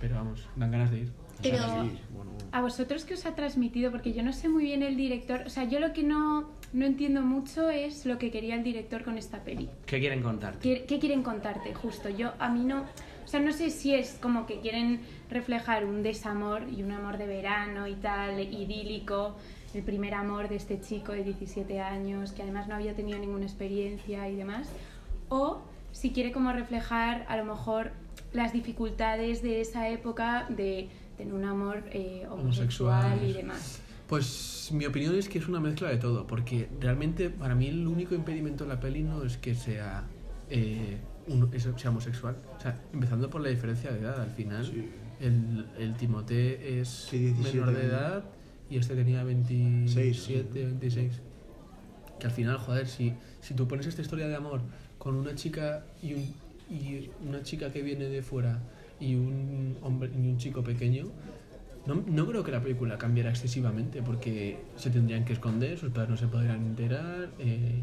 S2: Pero vamos, dan ganas de ir.
S3: Pero
S6: Sí, bueno,
S3: a vosotros que os ha transmitido, porque yo no sé muy bien el director, o sea, yo lo que no, no entiendo mucho es lo que quería el director con esta peli.
S4: ¿Qué quieren contarte?
S3: ¿Qué, qué quieren contarte? Justo, yo a mí no, o sea, no sé si es como que quieren reflejar un desamor y un amor de verano y tal, idílico, el primer amor de este chico de 17 años, que además no había tenido ninguna experiencia y demás, o si quiere como reflejar a lo mejor las dificultades de esa época de tener un amor eh, homosexual,
S2: Homosexual.
S3: y
S2: [LAUGHS]
S3: demás.
S2: Pues mi opinión es que es una mezcla de todo, porque realmente para mí el único impedimento en la peli no es que sea, eh, un- eso, sea homosexual. O sea, empezando por la diferencia de edad, al final
S6: Sí.
S2: el, el Timote es
S6: Sí, 17
S2: menor de
S6: años.
S2: edad y este tenía 27, 26. Que al final, joder, si, si tú pones esta historia de amor con una chica y, un- y una chica que viene de fuera y un hombre y un chico pequeño, no, no creo que la película cambiara excesivamente porque se tendrían que esconder, sus padres no se podrían enterar. eh,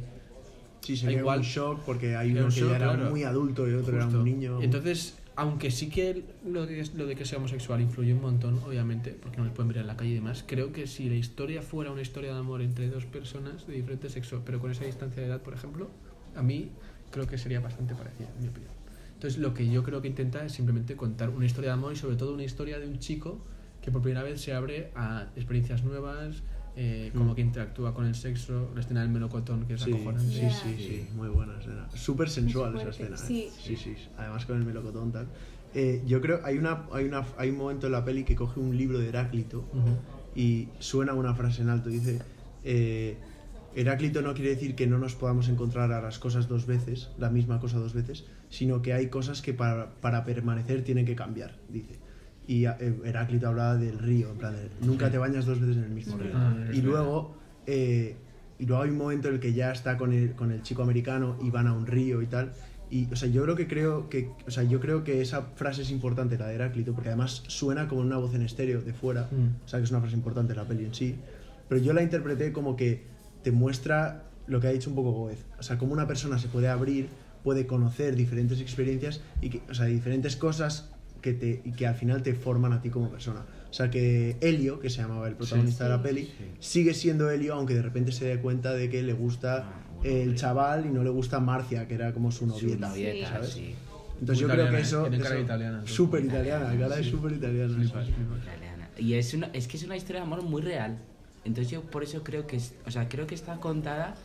S6: Sí, se
S2: Da
S6: ve
S2: igual.
S6: un shock porque hay
S2: Era
S6: uno
S2: un
S6: que
S2: shock,
S6: ya era
S2: claro.
S6: muy adulto y otro era
S2: Justo.
S6: un niño.
S2: Entonces, aunque sí que lo de, lo de que sea homosexual influye un montón, obviamente, porque no les pueden ver en la calle y demás, creo que si la historia fuera una historia de amor entre dos personas de diferente sexo, pero con esa distancia de edad, por ejemplo, a mí creo que sería bastante parecida, en mi opinión. Entonces, lo que yo creo que intenta es simplemente contar una historia de amor y sobre todo una historia de un chico que por primera vez se abre a experiencias nuevas, eh, como que interactúa con el sexo, la escena del melocotón, que es
S6: Mm. sí,
S2: acojonante.
S6: sí,
S3: Ya.
S6: sí, sí, muy buena escena. Súper sensual
S3: Muy
S6: esa
S3: fuerte,
S6: escena. ¿eh?
S3: sí.
S6: sí, sí. Además con el melocotón tal. Eh, yo creo hay una, hay una hay un momento en la peli que coge un libro de Heráclito
S2: Ujú.
S6: y suena una frase en alto. Dice, eh, Heráclito no quiere decir que no nos podamos encontrar a las cosas dos veces, la misma cosa dos veces, sino que hay cosas que para, para permanecer tienen que cambiar, dice. Y a- eh, Heráclito hablaba del río, en plan, de, nunca te bañas dos veces en el mismo río.
S2: Ah, es
S6: Y
S2: verdad.
S6: luego, eh, y luego hay un momento en el que ya está con el, con el chico americano y van a un río y tal. Y, o sea, yo creo que creo que, o sea, yo creo que esa frase es importante, la de Heráclito, porque además suena como una voz en estéreo de fuera.
S2: Mm.
S6: O sea, que es una frase importante la peli en sí. Pero yo la interpreté como que te muestra lo que ha dicho un poco Goez. O sea, cómo una persona se puede abrir, puede conocer diferentes experiencias y que, o sea, diferentes cosas que, te, y que al final te forman a ti como persona. O sea, que Helio, que se llamaba el protagonista de la peli, sigue siendo Helio, aunque de repente se dé cuenta de que le gusta
S4: Ah, bueno,
S6: el
S4: hombre.
S6: chaval y no le gusta Marcia, que era como su
S4: Su
S6: novieta.
S4: novieta,
S6: ¿sabes?
S4: sí.
S6: Entonces yo
S2: Muy
S6: creo
S2: italiana, ¿eh?
S6: que eso...
S2: tiene cara
S6: eso-
S2: de italiana, tú.
S6: Súper italiana, cara de
S2: Sí.
S6: súper italiana.
S2: Flipas, flipas.
S4: Italiana. Y es, una, es que es una historia de amor muy real. Entonces yo por eso creo que, es- o sea, creo que está contada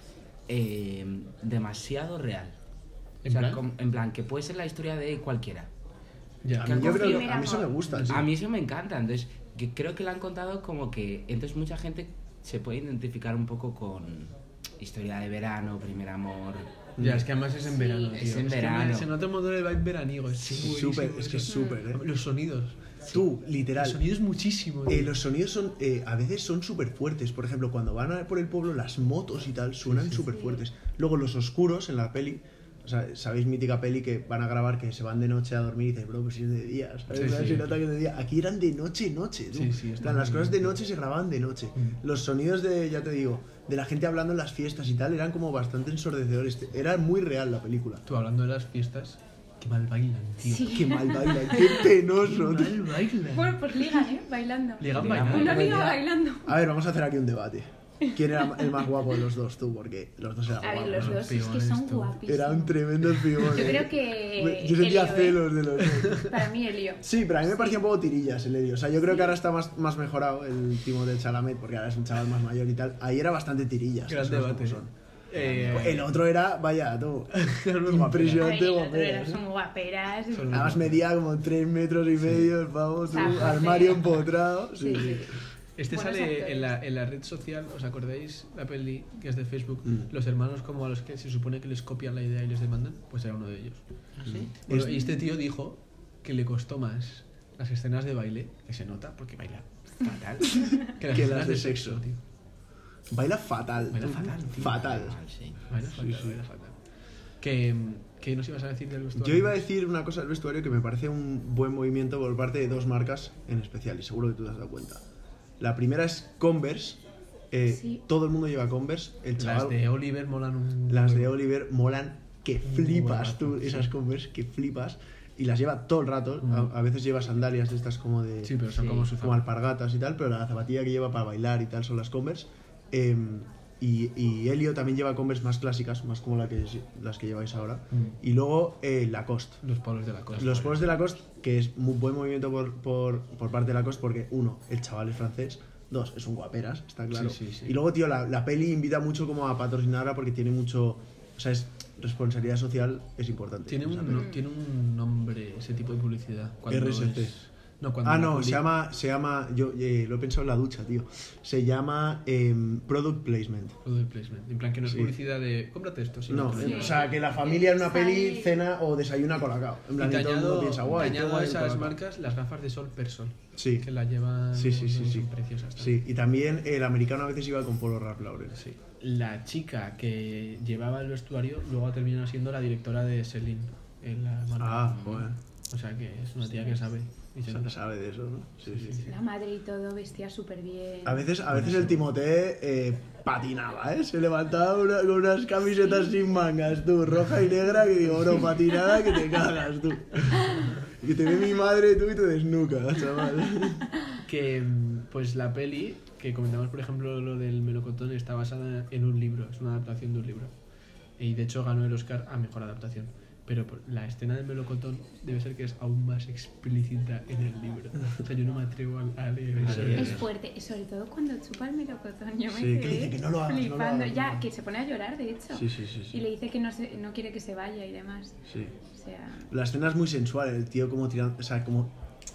S4: eh, demasiado real.
S2: ¿En
S4: o sea,
S2: plan?
S4: com- en plan, que puede ser la historia de cualquiera.
S2: Ya.
S6: A mí, yo creo que
S3: Primer
S6: a mí eso me
S3: amor.
S6: gusta. sí.
S4: A mí eso me encanta, entonces que creo que lo han contado como que entonces mucha gente se puede identificar un poco con historia de verano, primer amor.
S2: Ya, es que además es en
S3: Sí,
S2: verano,
S4: es
S2: tío.
S4: en
S2: que
S4: verano.
S2: se nota un montón el vibe veraniego. Es
S6: Sí, súper, es que es súper, ¿eh?
S2: Los sonidos.
S6: Tú,
S2: Los
S6: literal.
S2: sonidos muchísimo.
S6: eh,
S2: tío.
S6: los sonidos son, eh, a veces son súper fuertes. Por ejemplo, cuando van a por el pueblo, las motos y tal suenan súper fuertes. Luego, los oscuros en la peli. O sea, sabéis mítica peli que van a grabar que se van de noche a dormir y dices, bro, pues si es de día, ¿sabes?
S2: Sí,
S6: ¿Sabes?
S2: sí.
S6: Se nota que es de día. Aquí eran de noche, noche, tú.
S2: Sí, sí,
S6: En
S2: está
S6: plan, las
S2: muy
S6: cosas de
S2: bien. Mm.
S6: noche se grababan de noche. Los sonidos de, ya te digo, de la gente hablando en las fiestas y tal eran como bastante ensordecedores. Era muy real la película.
S2: Tú hablando de las fiestas, qué mal bailan, tío.
S3: Sí.
S6: Qué mal baila,
S2: [LAUGHS]
S6: qué penoso.
S2: Mal
S6: tío.
S2: bailan.
S3: Bueno, pues ligan, ¿eh? Bailando.
S2: Ligan
S4: Ligan
S2: bailar.
S3: Una
S4: Una
S3: amiga
S4: amiga
S3: bailando.
S6: A ver, vamos a hacer aquí un debate. ¿Quién era el más guapo de los dos, tú? Porque los dos eran
S3: A ver,
S6: guapos.
S3: los
S2: Ah, los
S3: dos es que
S2: pibones,
S3: son
S2: tú.
S3: guapísimos.
S6: Eran tremendos pibones.
S3: Yo creo que
S6: Me- Yo sentía
S3: Elio, ¿eh?
S6: celos de los dos.
S3: Para mí el lío.
S6: Sí, pero a mí me parecía un poco tirillas el Elio. O sea, yo creo que ahora está más, más mejorado el timo de Chalamet, porque ahora es un chaval más mayor y tal. Ahí era bastante tirillas.
S2: Gran
S6: las cosas como
S2: debate.
S6: son.
S2: Eh,
S6: El otro era, vaya, tú.
S2: [LAUGHS]
S3: A ver,
S6: Impresionante
S3: el otro era,
S6: guaperas, ¿eh?
S3: son guaperas.
S6: Además medía como 3 metros y medio el pavo, tú,
S3: Zafa,
S6: armario
S3: sí.
S6: empotrado. Sí,
S3: Sí,
S6: sí.
S3: sí.
S2: Este
S3: Buenos
S2: sale
S3: actores.
S2: en la, en la red social, ¿os acordáis la peli que es de Facebook?
S6: Mm.
S2: Los hermanos como a los que se supone que les copian la idea y les demandan, pues era uno de ellos.
S6: Mm.
S2: Bueno, y este tío dijo que le costó más las escenas de baile, que se nota porque baila
S6: [LAUGHS]
S2: fatal, que las
S6: Que
S2: escenas de sexo, tío.
S6: Baila fatal.
S2: Baila
S6: tú.
S2: fatal, tío.
S6: Fatal.
S7: sí.
S2: Baila fatal, baila fatal. Que, mm, que nos ibas a decir del vestuario.
S6: Yo iba a decir una cosa del vestuario que me parece un buen movimiento por parte de dos marcas en especial, y seguro que tú te has dado cuenta. La primera es Converse. eh,
S3: Sí.
S6: Todo el mundo lleva Converse. El
S2: Las
S6: chaval,
S2: de Oliver molan un...
S6: las de
S2: huevo.
S6: Oliver molan que
S2: Buenas,
S6: flipas tú,
S2: sí. Mm.
S6: esas Converse que flipas. Y las lleva todo el rato. A, a veces lleva sandalias de estas como de. pues,
S2: Sí, pero son
S4: Sí.
S2: como su
S6: como alpargatas y tal, pero la zapatilla que lleva para bailar y tal son las Converse. Eh, y, y Helio también lleva Converse más clásicas, más como la que, las que lleváis ahora.
S2: Mm.
S6: Y luego eh, Lacoste.
S2: Los polos de la costa.
S6: Los polos de Lacoste, que es muy buen movimiento por, por, por parte de Lacoste, porque uno, el chaval es francés, dos, es un guaperas, está claro.
S2: Sí, sí, sí.
S6: Y luego, tío, la, la peli invita mucho como a patrocinarla porque tiene mucho. O sea, es responsabilidad social es importante.
S2: Tiene
S6: O sea,
S2: un, no- tiene un nombre ese tipo de publicidad.
S6: RSC.
S2: es- no, cuando
S6: Ah,
S2: la
S6: no,
S2: publi-
S6: se llama. Se llama yo eh, lo he pensado en la ducha, tío. Se llama em, Product Placement.
S2: Product placement. En plan que no es
S6: Sí.
S2: publicidad de cómprate esto. sino
S6: No,
S2: que-
S3: Sí.
S6: o sea, que la familia en una peli
S3: Sale-
S6: cena o desayuna colacao. En
S2: Y
S6: plan, y todo el mundo
S2: tañado,
S6: piensa, guay. qué
S2: tañado a
S6: guay el
S2: esas
S6: Colacao".
S2: marcas las gafas de sol per sol.
S6: Sí.
S2: Que las llevan.
S6: Sí, sí, sí,
S2: son
S6: sí.
S2: preciosas.
S6: Sí, y también el americano a veces iba con polo rap Lauren.
S2: también. Sí. La chica que llevaba el vestuario luego ha terminado siendo la directora de Celine. En la marca.
S6: Ah, joder.
S2: O sea que es una tía que sabe. Y se
S6: Sa-
S2: nota.
S6: Sabe de eso, ¿no? Sí, sí.
S3: La madre y todo vestía súper bien.
S6: A veces, a veces el Timote eh, patinaba, ¿eh? Se levantaba una- con unas camisetas sin mangas, tú, roja y negra, que digo, no, patinada que te [LAUGHS] cagas, tú. Que te ve mi madre, tú, y te desnuca, chaval.
S2: Que mm, pues la peli, que comentamos por ejemplo lo del melocotón, está basada en un libro, es una adaptación de un libro. Y de hecho ganó el Oscar a mejor adaptación. Pero por- la escena del melocotón debe ser que es aún más explícita en el libro. O sea, yo no me atrevo a, a leer eso.
S3: Es fuerte, sobre todo cuando chupa el melocotón. Yo me
S6: Sí, que
S3: quedé
S6: dice que no lo hagas, no lo
S3: flipando.
S6: hagas, no lo
S3: ya,
S6: hagas.
S3: que se pone a llorar, de hecho.
S6: Sí, sí, sí, sí.
S3: Y le dice que no, se- no quiere que se vaya y demás.
S6: Sí.
S3: O sea,
S6: La escena es muy sensual, el tío como tirando, o sea, como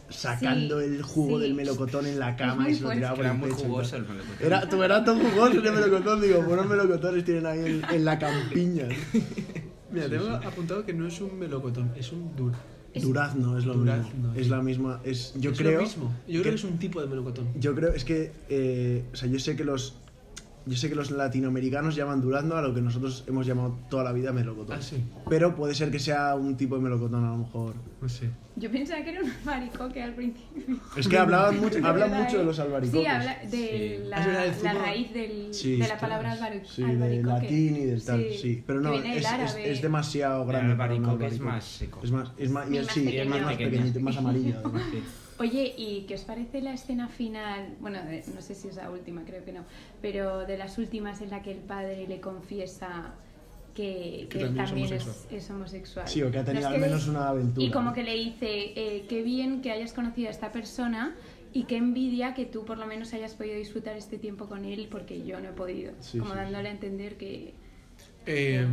S6: sacando
S3: Sí,
S6: el jugo
S3: sí.
S6: del melocotón en la cama
S3: muy
S6: y se lo tiraba por
S7: Era
S6: el
S7: muy
S6: pecho y tal.
S7: jugoso el melocotón.
S6: Era, tú eras tan jugoso ese melocotón, digo, buenos melocotones tienen ahí en, en la campiña.
S2: Mira, tengo apuntado que no es un melocotón, es un dur.
S6: Durazno es lo
S2: Durazno,
S6: mismo. Es
S2: sí.
S6: la misma. Es, yo
S2: Es lo
S6: creo.
S2: mismo. Yo creo que es un tipo de melocotón.
S6: Yo creo, es que. eh, o sea, yo sé que los. Yo sé que los latinoamericanos llaman durazno a lo que nosotros hemos llamado toda la vida melocotón.
S2: Ah, sí.
S6: Pero puede ser que sea un tipo de melocotón a lo mejor.
S2: No sé.
S3: yo pensaba que era un albaricoque al principio. [LAUGHS]
S6: Es que hablaban mucho, hablan
S3: ¿Verdad,
S6: mucho de
S3: eh?
S6: los albaricoques.
S3: Sí, habla de
S2: Ah, es
S3: la,
S2: verdad, el
S3: la
S2: fútbol.
S3: raíz del,
S6: Sí,
S3: de la
S6: ostras.
S3: palabra albari-
S6: Sí, del
S3: albaricoque.
S6: latín y del tal, sí. Pero no,
S3: que viene del
S6: es, es,
S3: árabe.
S6: es demasiado
S7: El
S6: grande. para un
S7: albaricoque es
S6: albaricoque.
S7: más seco.
S6: Es más, es más,
S3: Y
S6: y
S3: más
S6: sí, es más,
S3: pequeño.
S6: más
S7: Pequeño.
S6: pequeñito, más
S4: [LAUGHS]
S6: amarillo. además.
S3: [LAUGHS] Oye, ¿y qué os parece la escena final? Bueno, de- no sé si es la última, creo que no, pero de las últimas en la que el padre le confiesa que, que él
S2: también es
S3: también es es
S2: homosexual.
S3: homosexual.
S6: Sí, o que ha
S3: ¿No
S6: tenido
S3: os
S6: al menos
S3: queréis?
S6: una aventura.
S3: Y como que le dice, eh, qué bien que hayas conocido a esta persona y qué envidia que tú por lo menos hayas podido disfrutar este tiempo con él porque yo no he podido.
S6: Sí,
S3: como
S6: sí,
S3: dándole a entender que...
S2: Eh,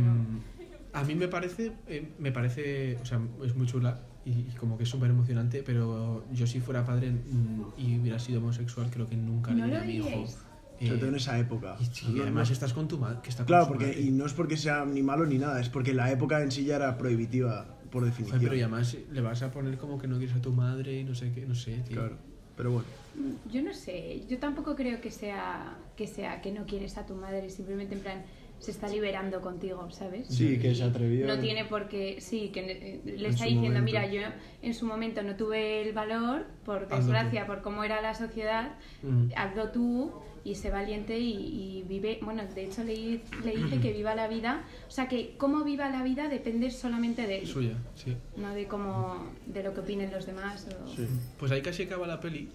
S2: a mí me parece, eh, me parece, o sea, es muy chula y, y como que es súper emocionante, pero yo si fuera padre mm, y hubiera sido homosexual, creo que nunca
S3: No
S2: le diría
S3: lo
S2: a mi hijo.
S3: diríais.
S2: eh,
S6: Sobre todo en esa época.
S2: y sí,
S6: No, no.
S2: además estás con tu madre, que está con
S6: Claro,
S2: su
S6: porque
S2: madre.
S6: y no es porque sea ni malo ni nada, es porque la época en sí ya era prohibitiva, por
S2: Joder,
S6: definición.
S2: pero y además eh, le vas a poner como que no quieres a tu madre y no sé qué, no sé, tío.
S6: Claro, pero bueno.
S3: Mm, Yo no sé, yo tampoco creo que sea que sea que no quieres a tu madre, simplemente en plan se está liberando contigo, ¿sabes?
S6: Sí, que se atrevió.
S3: No tiene por qué, sí, que eh, le
S6: En
S3: está
S6: su
S3: diciendo,
S6: momento.
S3: mira, yo en su momento no tuve el valor,
S6: Ah,
S3: por
S2: Hazlo
S3: desgracia, por cómo era la sociedad,
S2: Mm.
S3: hazlo tú y sé valiente y, y vive, bueno, de hecho le, le dice que viva la vida, o sea que cómo viva la vida depende solamente de él,
S2: Suya, sí.
S3: no de cómo, de lo que opinen los demás. o-
S6: Sí.
S2: Pues ahí casi acaba la peli,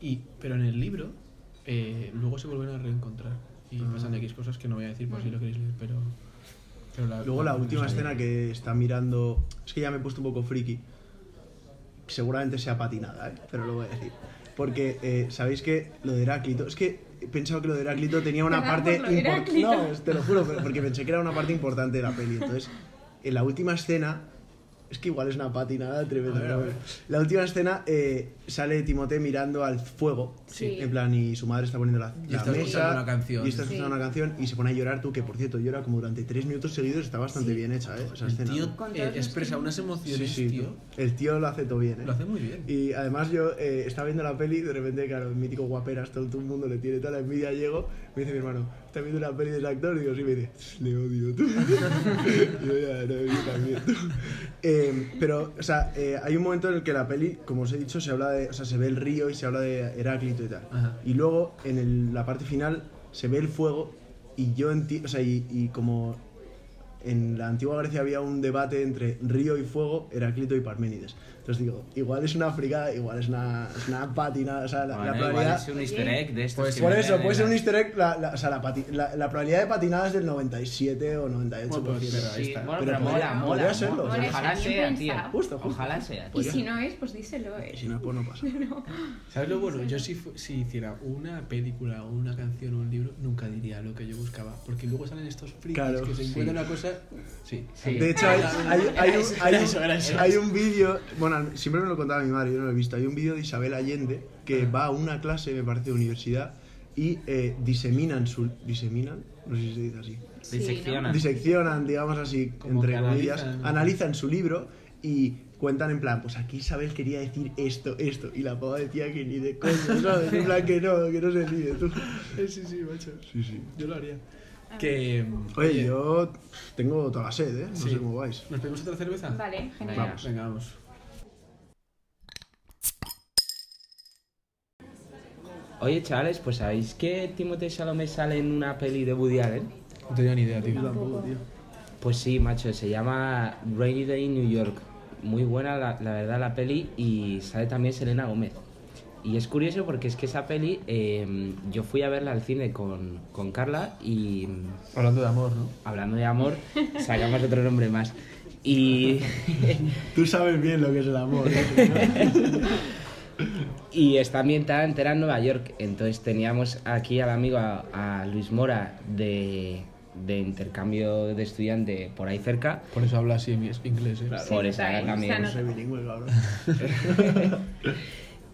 S2: y, pero en el libro eh, luego se vuelven a reencontrar y
S6: Ah.
S2: pasan X cosas que no voy a decir por si lo queréis leer, pero... pero
S6: Luego la última
S2: o sea,
S6: escena que está mirando. Es que ya me he puesto un poco friki. Seguramente sea patinada, ¿eh? pero lo voy a decir. Porque eh, sabéis que lo de Heráclito. Es que he pensado que lo de Heráclito tenía una
S3: Te da
S6: parte
S3: por lo de
S6: impor-
S3: Heráclito.
S6: No, es- te lo juro, pero- porque pensé que era una parte importante de la peli. Entonces, en la última escena, es que igual es una patinada tremenda. pero bueno. La última escena eh, sale Timote mirando al fuego.
S3: Sí.
S6: En plan, y su madre está poniendo la,
S2: Y
S6: la
S2: está escuchando
S6: mesa.
S2: una canción.
S6: Y está escuchando
S3: Sí.
S6: una canción y se pone a llorar tú, que por cierto llora como durante tres minutos seguidos. Está bastante bien hecha, ¿eh? Esa
S2: El
S6: escena.
S2: tío
S3: Con
S2: eh,
S3: todos los
S2: expresa
S3: que-
S2: unas
S6: Sí,
S2: emociones,
S6: sí,
S2: tío.
S6: El tío lo hace todo bien, ¿eh?
S2: Lo hace muy bien.
S6: Y además yo eh, estaba viendo la peli y de repente, claro, el mítico guaperas, todo, todo el mundo le tiene tal envidia, llego, me dice mi hermano, ¿estás viendo la peli del actor? Y digo, sí, me dice, le odio tú. [LAUGHS] Y yo ya, no, yo también. Eh, pero, o sea, eh, hay un momento en el que la peli, como os he dicho, se habla de, o sea, se ve el río y se habla de Heráclito y tal.
S2: Ajá.
S6: Y luego, en el- la parte final, se ve el fuego y yo entiendo, o sea, y, y como en la antigua Grecia había un debate entre río y fuego, Heráclito y Parménides. Entonces digo, igual es una fricada, igual es una, es una patinada, o sea, la, la
S4: Bueno, igual
S6: probabilidad...
S4: es un ¿eh? easter egg de estos.
S2: Pues
S4: que
S6: Por
S4: meten
S6: eso,
S4: en
S6: puede ser
S4: la-
S6: un easter egg, la, la- o sea, la, pati- la- la probabilidad de patinada es del 97 o 98%.
S2: Bueno, pues, pero ahí
S4: Sí,
S2: está.
S6: Pero
S4: bueno, pero,
S6: podría-
S4: mola, mola.
S6: podría serlo,
S4: mola.
S6: o sea.
S4: Ojalá
S3: Bien
S4: sea, tío.
S3: pensado.
S6: Justo, justo.
S4: Ojalá sea,
S3: Y
S4: tío.
S3: si no es, pues díselo, eh.
S6: Si no, pues no pasa.
S2: ¿Sabes lo bueno? Yo si, fu- si hiciera una película o una canción o un libro, nunca diría lo que yo buscaba. Porque luego salen estos frikis
S6: Claro,
S2: que se
S6: sí.
S2: encuentran una cosa... Sí.
S4: Sí.
S6: De
S2: [LAUGHS]
S6: hecho, hay, hay, hay un, hay,
S2: Era
S6: un-
S2: eso, era eso.
S6: hay un vídeo, bueno, siempre me lo contaba mi madre, yo no lo he visto, hay un vídeo de Isabel Allende que va a una clase, me parece, de universidad y eh, diseminan su... ¿Diseminan? No sé si se dice así.
S3: Sí,
S4: Disecciona.
S6: Diseccionan, digamos así,
S2: Como
S6: entre
S2: que
S6: comillas,
S2: analizan.
S6: analizan su libro y cuentan en plan, pues aquí Isabel quería decir esto, esto, y la pava decía que ni de coño, [LAUGHS] ¿sabes? En plan que no, que no se líe tú.
S2: Sí, sí, macho.
S6: Sí, sí.
S2: Yo lo haría. Que...
S6: Oye, yo tengo toda la sed, ¿eh? No
S2: Sí.
S6: sé cómo vais.
S2: ¿Nos pedimos otra cerveza?
S3: Vale, genial.
S4: Venga.
S2: Vamos, venga, vamos.
S4: Oye, chavales, pues sabéis que Timothée Salomé sale en una peli de Woody Allen.
S2: No tenía ni idea, tío.
S6: Tampoco, tío.
S4: Pues sí, macho, se llama Rainy Day in New York. Muy buena, la, la verdad, la peli. Y sale también Selena Gómez. Y es curioso porque es que esa peli, eh, yo fui a verla al cine con, con Carla y mm,
S2: Hablando de amor, ¿no?
S4: hablando de amor, sacamos otro nombre más. Y, [LAUGHS]
S6: Tú sabes bien lo que es el amor. ¿eh?
S4: y está ambientada entera en Nueva York. Entonces teníamos aquí al amigo, a, a Luis Mora, de, de intercambio de estudiante por ahí cerca.
S2: Por eso habla así en inglés, ¿eh?
S4: Por esa
S3: está bien,
S4: también.
S3: está
S6: No [LAUGHS] soy bilingüe, cabrón.
S4: [LAUGHS]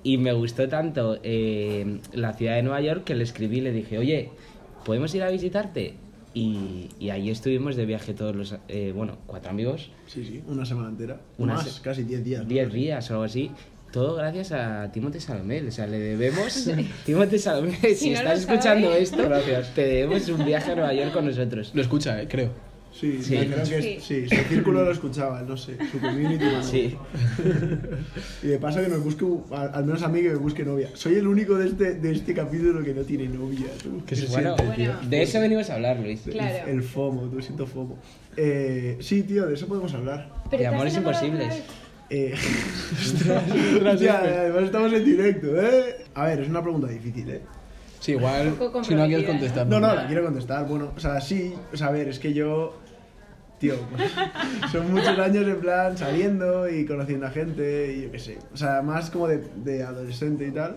S4: Y me gustó tanto eh, la ciudad de Nueva York que le escribí y le dije, oye, ¿podemos ir a visitarte? Y, y ahí estuvimos de viaje todos los, eh, bueno, cuatro amigos,
S6: Sí, sí, una semana entera.
S4: Una
S6: Más,
S4: se-
S6: casi 10 días. ¿no?
S4: diez días o algo así. Todo gracias a Timote Salomé, o sea, le debemos, Timote Salomé, si,
S3: Si no lo
S4: estás escuchando
S3: sabe.
S4: esto, te debemos un viaje a Nueva York con nosotros.
S2: Lo escucha, eh, creo.
S6: Sí,
S4: Sí.
S6: yo creo que es- sí. su círculo lo escuchaba, no sé, su [LAUGHS] community manager.
S4: Sí,
S6: Y de paso que nos busque, un- al al menos a mí que me busque novia. Soy el único de este, de este capítulo que no tiene novia, tú.
S2: Que se
S4: bueno,
S2: siente, tío.
S3: Bueno.
S4: de eso venimos a hablar, Luis.
S6: El-
S3: Claro.
S6: El FOMO, tú siento FOMO. Eh, sí, tío, de eso podemos hablar.
S3: Pero
S4: De
S3: te has
S4: amores
S3: enamorado
S4: imposibles.
S3: alguna vez?
S6: Eh, [LAUGHS] ostras, ya, además estamos en directo, ¿eh? A ver, es una pregunta difícil, ¿eh?
S2: Sí, igual,
S3: Un poco
S2: si no quieres
S3: comprometida, ¿eh?
S2: contestar.
S6: No, no, la quiero contestar. Bueno, o sea, sí, o sea, a ver, es que yo. Tío, [LAUGHS] pues, son muchos años en plan saliendo y conociendo a gente y yo qué sé. O sea, más como de, de adolescente y tal.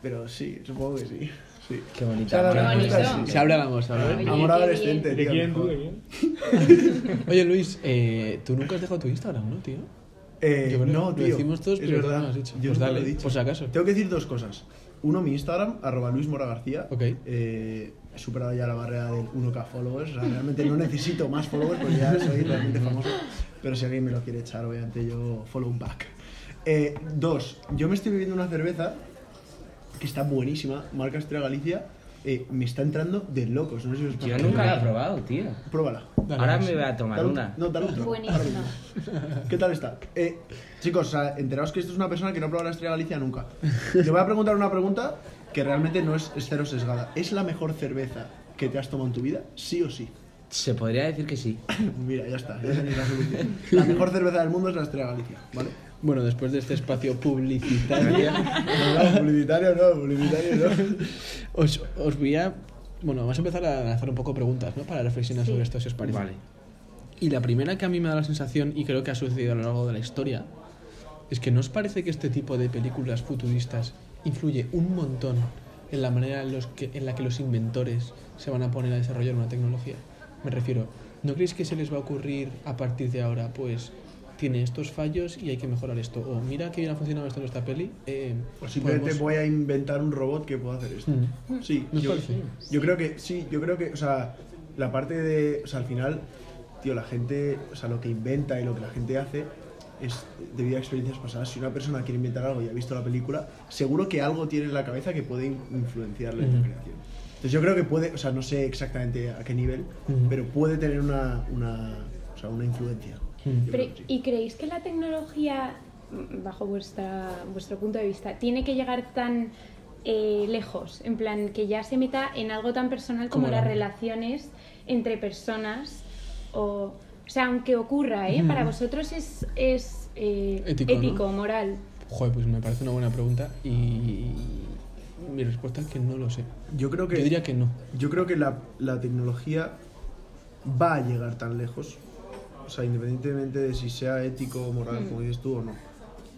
S6: Pero sí, supongo que sí. sí.
S4: Qué bonito.
S6: O sea, la
S3: Qué
S6: respuesta es
S3: bonito.
S6: sí.
S2: Se habla el amor, se habla el
S3: Oye,
S2: amor.
S6: Amor
S3: qué
S6: adolescente,
S1: ¿De
S6: tío.
S1: quién, tú?
S6: mejor.
S1: ¿De quién?
S2: Oye, Luis, eh, tú nunca has dejado tu Instagram, ¿no, tío?
S6: Eh,
S2: Yo creo que
S6: no,
S2: lo
S6: tío.
S2: decimos todos,
S6: es
S2: pero tú
S6: verdad.
S2: no lo has dicho.
S6: Yo
S2: Pues
S6: nunca lo
S2: dale,
S6: he dicho.
S2: por si acaso.
S6: Tengo que decir dos cosas. Uno, mi Instagram, arroba Luis Mora García.
S2: Ok.
S6: Eh, he superado ya la barrera del 1K followers. O sea, realmente no necesito más followers porque ya soy realmente famoso. Pero si alguien me lo quiere echar, obviamente yo follow back. Eh, dos, yo me estoy bebiendo una cerveza que está buenísima, marca Estrella Galicia. Eh, me está entrando de locos. No sé si os pasa.
S4: Yo nunca la he probado, tío.
S6: Pruébala.
S2: Dale,
S4: Ahora
S2: Luis.
S4: me voy a tomar
S6: Dale un-
S4: una.
S6: No, dale un trago.
S3: Buenísima.
S6: ¿Qué tal está? Eh, chicos, o sea, enteraos que esto es una persona que no ha probado la estrella Galicia nunca. Le voy a preguntar una pregunta que realmente no es, es cero sesgada. ¿Es la mejor cerveza que te has tomado en tu vida? ¿Sí o sí?
S4: Se podría decir que sí.
S6: Mira, ya está, ya tenéis la solución. La mejor cerveza del mundo es la estrella Galicia, ¿vale?
S2: Bueno, después de este espacio [LAUGHS] publicitario,
S6: No, no, publicitario no, publicitario no.
S2: os, os voy a... Bueno, vamos a empezar a lanzar un poco preguntas, ¿no? Para reflexionar sobre esto, si os parece.
S4: Vale.
S2: Y la primera que a mí me da la sensación, y creo que ha sucedido a lo largo de la historia, es que ¿no os parece que este tipo de películas futuristas influye un montón en la manera en, los que- en la que los inventores se van a poner a desarrollar una tecnología. Me refiero, ¿no creéis que se les va a ocurrir a partir de ahora, pues tiene estos fallos y hay que mejorar esto? O mira que bien ha funcionado esto en esta peli. eh,
S6: O simplemente
S2: podemos-
S6: voy a inventar un robot que pueda hacer esto.
S2: Mm.
S6: Sí,
S2: ¿No os
S6: yo,
S2: parece?
S6: yo creo que, sí, yo creo que, o sea, la parte de, o sea, al final, tío, la gente, o sea, lo que inventa y lo que la gente hace es debido a experiencias pasadas. Si una persona quiere inventar algo y ha visto la película, seguro que algo tiene en la cabeza que puede in- influenciarle en la
S2: Ujú.
S6: creación. Entonces yo creo que puede, o sea, no sé exactamente a qué nivel,
S2: Ujú.
S6: pero puede tener una, una, o sea, una influencia.
S2: Mm.
S3: Pero,
S6: Yo creo que sí.
S3: ¿Y creéis que la tecnología, mm, bajo vuestra, vuestro punto de vista, tiene que llegar tan eh, lejos? En plan, que ya se meta en algo tan personal como
S2: Como la-
S3: las relaciones entre personas. O, o sea, aunque ocurra, ¿eh?
S2: Ujú.
S4: Mm.
S3: Para vosotros es, es eh,
S2: Ético,
S3: ético,
S2: ¿no?
S3: moral.
S2: Joder, pues me parece una buena pregunta y mi respuesta es que no lo sé.
S6: Yo creo que...
S2: Yo diría que no.
S6: Yo creo que la, la tecnología va a llegar tan lejos, o sea, independientemente de si sea ético o moral, como dices tú o no.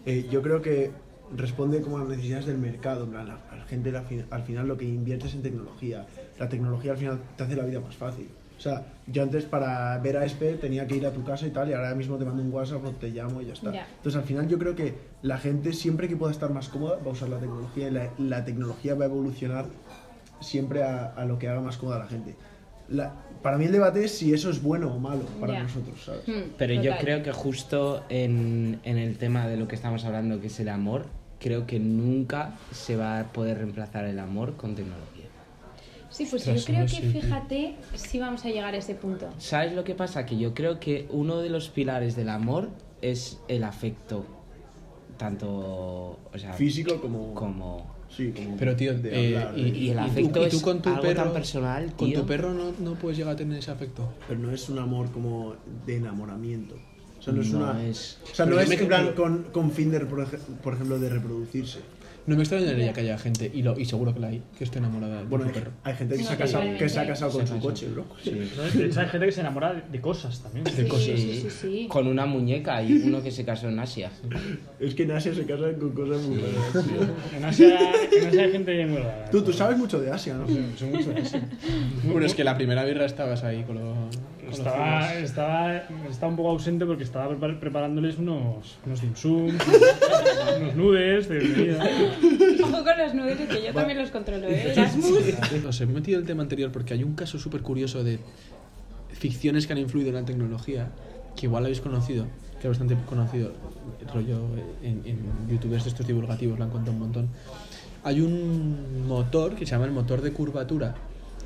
S6: Eh, yo creo que responde como a las necesidades del mercado, en plan, la, la gente la fin- al final lo que inviertes en tecnología, la tecnología al final te hace la vida más fácil. O sea, yo antes para ver a Espe tenía que ir a tu casa y tal, y ahora mismo te mando un WhatsApp o te llamo y ya está.
S3: Ya.
S6: Entonces al final yo creo que la gente siempre que pueda estar más cómoda va a usar la tecnología y la- la tecnología va a evolucionar siempre a, a lo que haga más cómoda a la gente. La- para mí el debate es si eso es bueno o malo para
S3: Ya.
S6: nosotros, ¿sabes?
S3: Hmm,
S4: Pero yo
S3: total.
S4: creo que justo en, en el tema de lo que estamos hablando, que es el amor, creo que nunca se va a poder reemplazar el amor con tecnología.
S3: Sí, pues
S2: Ostras,
S3: yo creo
S2: no
S3: que,
S2: sé, tío.
S3: fíjate, si vamos a llegar a ese punto.
S4: ¿Sabes lo que pasa? Que yo creo que uno de los pilares del amor es el afecto, tanto o sea,
S6: Físico como...
S4: como...
S6: Sí, como
S2: Pero tío,
S6: de
S2: eh,
S6: hablar,
S2: y,
S6: de-
S4: Y el
S2: y
S4: afecto
S2: tú, y tú
S4: es
S2: con tu
S4: algo
S2: perro,
S4: tan personal,
S2: Con
S4: tío.
S2: tu perro no, no puedes llegar a tener ese afecto.
S6: Pero no es un amor como de enamoramiento. O sea, no es
S4: No
S6: una...
S4: es-
S6: O sea, no
S2: Pero yo
S6: es
S2: me-
S6: en plan con, con fin de, por ej- por ejemplo, de reproducirse.
S2: No me extrañaría que haya gente, y, lo, y seguro que la hay, que esté enamorada de
S6: Bueno,
S2: su
S6: hay,
S2: perro.
S6: hay gente que,
S3: No,
S6: se ha casado, que se ha
S3: totalmente.
S6: casado con
S4: Se
S6: su
S4: casó.
S6: coche, bro.
S4: Sí.
S1: ¿no? Es que esa gente que se enamora de cosas también.
S3: Sí,
S2: cosas.
S3: sí, sí, sí.
S4: Con una
S3: [LAUGHS]
S4: muñeca y uno que se casó en Asia.
S6: [LAUGHS] Es que en Asia se casan con cosas muy raras. tío.
S1: En Asia, en Asia hay gente muy rara.
S6: Tú, tú sabes mucho de Asia, ¿no?
S1: Son mucho de eso.
S2: [LAUGHS] Bueno, es que la primera birra estabas ahí con los. con los
S1: Estaba,
S2: fríos.
S1: estaba, estaba un poco ausente porque estaba prepar- preparándoles unos, unos dim sum,
S6: [LAUGHS]
S1: unos nudes de bebida.
S3: Ojo con los nudes, que yo también los controlo, ¿eh? Erasmus.
S2: Os he metido el tema anterior porque hay un caso súper curioso de ficciones que han influido en la tecnología, que igual lo habéis conocido, que es bastante conocido, el rollo eh, en, en youtubers de estos divulgativos, lo han contado un montón. Hay un motor que se llama el motor de curvatura,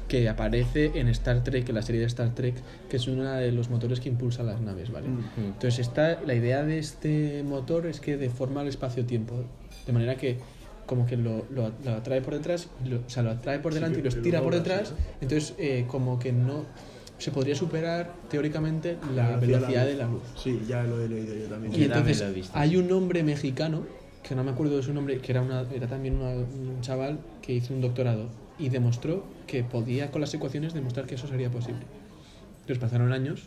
S2: que aparece en Star Trek, en la serie de Star Trek, que es uno de los motores que impulsa las naves, ¿vale?
S6: Mm.
S2: Entonces está, la idea de este motor es que deforma el espacio-tiempo, de manera que como que lo, lo- lo atrae por detrás, y lo- o sea, lo atrae por
S6: Sí,
S2: delante
S6: que-
S2: y lo
S6: que lo
S2: estira por
S6: dobla, sí,
S2: detrás,
S6: ¿no?
S2: entonces eh, como que no se podría superar teóricamente la velocidad de la luz.
S6: Sí, ya lo he leído yo también.
S2: Y
S4: Yo también
S2: entonces
S4: lo he visto.
S2: hay un hombre mexicano, que no me acuerdo de su nombre, que era, una, era también una- un chaval que hizo un doctorado y demostró que podía con las ecuaciones demostrar que eso sería posible. Entonces pasaron años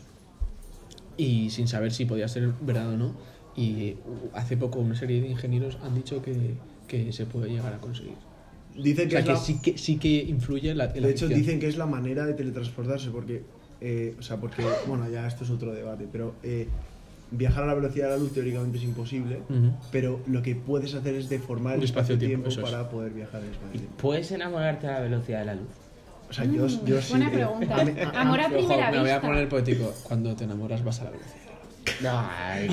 S2: y sin saber si podía ser verdad o no. Y uh, hace poco una serie de ingenieros han dicho que, que se puede llegar a conseguir.
S6: Dice
S2: O
S6: que
S2: sea,
S6: es
S2: que
S6: la-
S2: sí que, sí que influye la, la
S6: De hecho,
S2: ficción.
S6: dicen que es la manera de teletransportarse, porque, eh, o sea, porque, bueno, ya esto es otro debate, pero eh, viajar a la velocidad de la luz teóricamente es imposible,
S2: Ujú.
S6: pero lo que puedes hacer es deformar el
S2: Un
S6: espacio-tiempo
S2: espacio-tiempo, eso es.
S6: para poder viajar en el
S4: ¿Y
S6: espacio-tiempo.
S4: puedes enamorarte a la velocidad de la luz?
S6: O sea, yo, yo sí.
S3: Mm, Buena
S6: eh,
S3: pregunta.
S6: a mí- a-
S3: Amor a
S2: Ojo,
S3: primera
S2: me voy a
S3: vista.
S2: poner poético. Cuando te enamoras vas a la velocidad.
S4: No,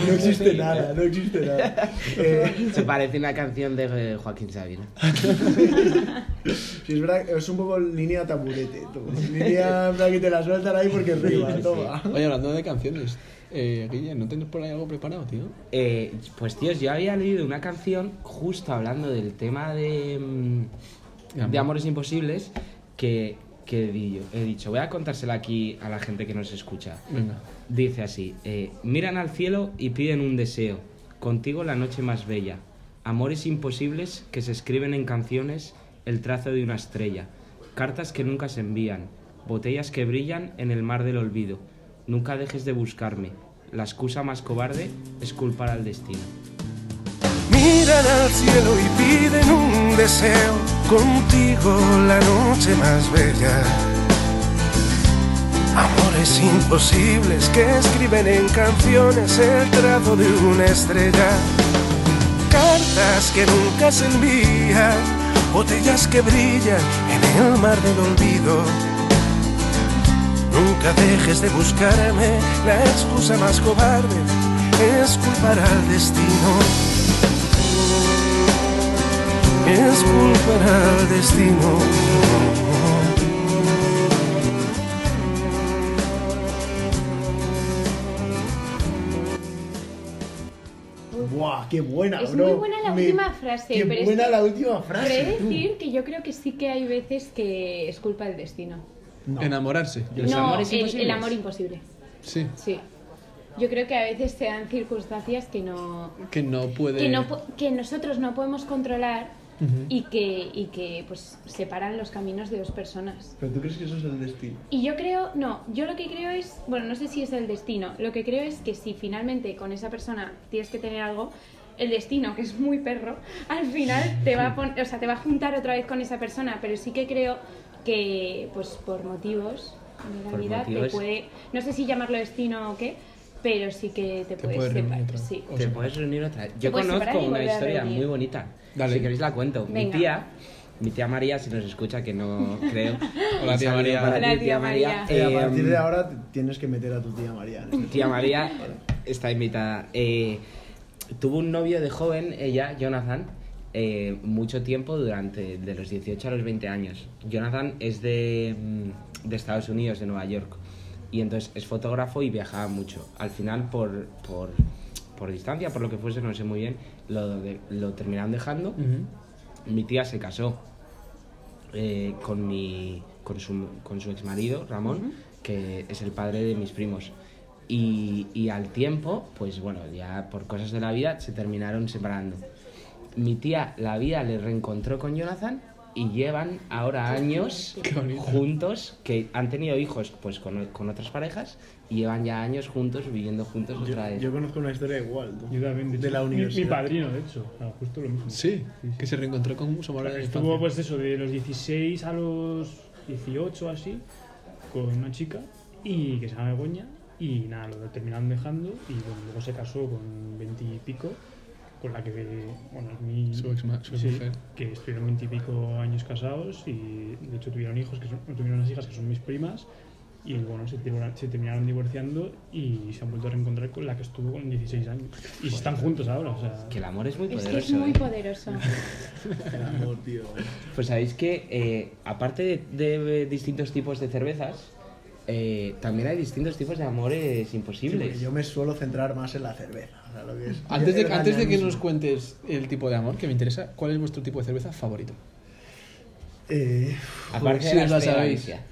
S6: No existe nada, no existe
S3: [LAUGHS]
S6: nada. Eh,
S4: Se parece una canción de eh, Joaquín Sabina.
S6: sí, es verdad, que es un poco línea taburete, tú. Línea en plan que te la sueltan ahí porque arriba, toma.
S2: Oye, hablando de canciones, eh, Guille, ¿no tienes por ahí algo preparado, tío?
S4: Eh, pues tíos, yo había leído una canción justo hablando del tema de, mm,
S2: De amor.
S4: de Amores Imposibles que, que di yo. he dicho, voy a contársela aquí a la gente que nos escucha.
S2: Venga.
S4: Dice así, eh, miran al cielo y piden un deseo, contigo la noche más bella, amores imposibles que se escriben en canciones, el trazo de una estrella, cartas que nunca se envían, botellas que brillan en el mar del olvido, nunca dejes de buscarme, la excusa más cobarde es culpar al destino.
S7: Miran al cielo y piden un deseo. contigo la noche más bella. Amores imposibles que escriben en canciones el trazo de una estrella. Cartas que nunca se envían, botellas que brillan en el mar del olvido. Nunca dejes de buscarme, la excusa más cobarde es culpar al destino es culpa al destino.
S6: Buah, qué buena,
S3: Es
S6: bro.
S3: muy buena la
S6: Me-
S3: última frase,
S6: Qué
S3: pero es
S6: buena
S3: que-
S6: la última frase.
S3: Podré
S6: tú.
S3: decir que yo creo que sí que hay veces que es culpa del destino.
S6: No.
S2: Enamorarse.
S4: ¿Los
S3: no,
S4: amores
S3: el,
S4: imposibles?
S3: el amor imposible.
S2: Sí.
S3: Sí. Yo creo que a veces se dan circunstancias que no
S2: Que no puede.
S3: que, no po- que nosotros no podemos controlar
S2: Ujú.
S3: y que y que pues separan los caminos de dos personas.
S6: Pero tú crees que eso es el destino.
S3: Y yo creo, no, yo lo que creo es, bueno, no sé si es el destino, lo que creo es que si finalmente con esa persona tienes que tener algo, el destino, que es muy perro, al final te va a, pon- o sea, te va a juntar otra vez con esa persona, pero sí que creo que, pues por motivos de la
S4: Por
S3: vida,
S4: motivos.
S3: te puede, no sé si llamarlo destino o qué, pero sí que te,
S2: Te
S3: puedes
S2: puede reunir
S3: separar,
S2: otra vez.
S3: sí.
S2: O
S4: Te
S2: sea,
S4: puedes reunir otra vez. Yo
S3: puedes
S4: conozco
S3: separar y
S4: una
S3: volver a
S4: historia
S3: reunir.
S4: muy bonita.
S2: Dale.
S4: Si queréis la cuento. Mi
S3: Venga.
S4: tía, mi tía María, si nos escucha, que no creo.
S2: Hola,
S4: Un
S2: tía
S4: saludo
S2: María.
S4: para ti,
S3: Hola, tía María.
S6: Eh, a
S4: Eh,
S6: partir de ahora te- tienes que meter a tu tía María. en esto.
S4: Tía María está invitada. Eh, tuvo un novio de joven, ella, Jonathan, eh, mucho tiempo, durante de los 18 a los 20 años. Jonathan es de, mm, de Estados Unidos, de Nueva York. Y entonces es fotógrafo y viajaba mucho. Al final, por, por, por distancia, por lo que fuese, no sé muy bien, lo, de- lo terminaron dejando.
S2: Ujú.
S4: Mi tía se casó eh, con, mi, con, su, con su ex marido, Ramón, que es el padre de mis primos. Y, y al tiempo, pues bueno, ya por cosas de la vida se terminaron separando. Mi tía, la vida le reencontró con Jonathan y llevan ahora años
S2: Qué bonito.
S4: juntos, que han tenido hijos pues con, con otras parejas y llevan ya años juntos, viviendo juntos
S6: Yo,
S4: otra vez.
S6: yo conozco una historia igual. tú.
S1: Yo también, de, hecho,
S6: la
S1: mi-
S6: universidad.
S1: Mi, padrino, de hecho, o sea, justo lo mismo.
S2: Sí, que se reencontró con su amor de la
S1: Estuvo
S2: infancia.
S1: pues eso, de los 16 a los 18 así, con una chica y que se llama Begoña y nada, lo terminaron dejando y bueno, luego se casó con 20 y pico, con la que, bueno, es mi...
S2: Su ex ma- su
S1: sí,
S2: mujer.
S1: que estuvieron 20 y pico años casados y de hecho tuvieron hijos, que son- tuvieron unas hijas que son mis primas y bueno, se, tibora- se terminaron divorciando y se han vuelto a reencontrar con la que estuvo con 16 años y están juntos ahora, o sea...
S4: Que el amor es muy
S3: Es
S4: poderoso.
S3: que es muy
S4: ¿eh?
S3: poderoso. [LAUGHS]
S6: El amor, tío.
S4: Pues sabéis que eh, aparte de, de distintos tipos de cervezas, eh, también hay distintos tipos de amores
S6: Sí, porque
S4: imposibles.
S6: yo me suelo centrar más en la cerveza. o sea, lo que es-
S2: Antes de,
S6: el
S2: antes de que
S6: añanismo.
S2: nos cuentes el tipo de amor que me interesa, ¿cuál es vuestro tipo de cerveza favorito?
S6: Eh,
S4: Aparte
S2: pues Sí,
S4: de las
S2: la
S4: de
S2: sabéis.
S4: Galicia.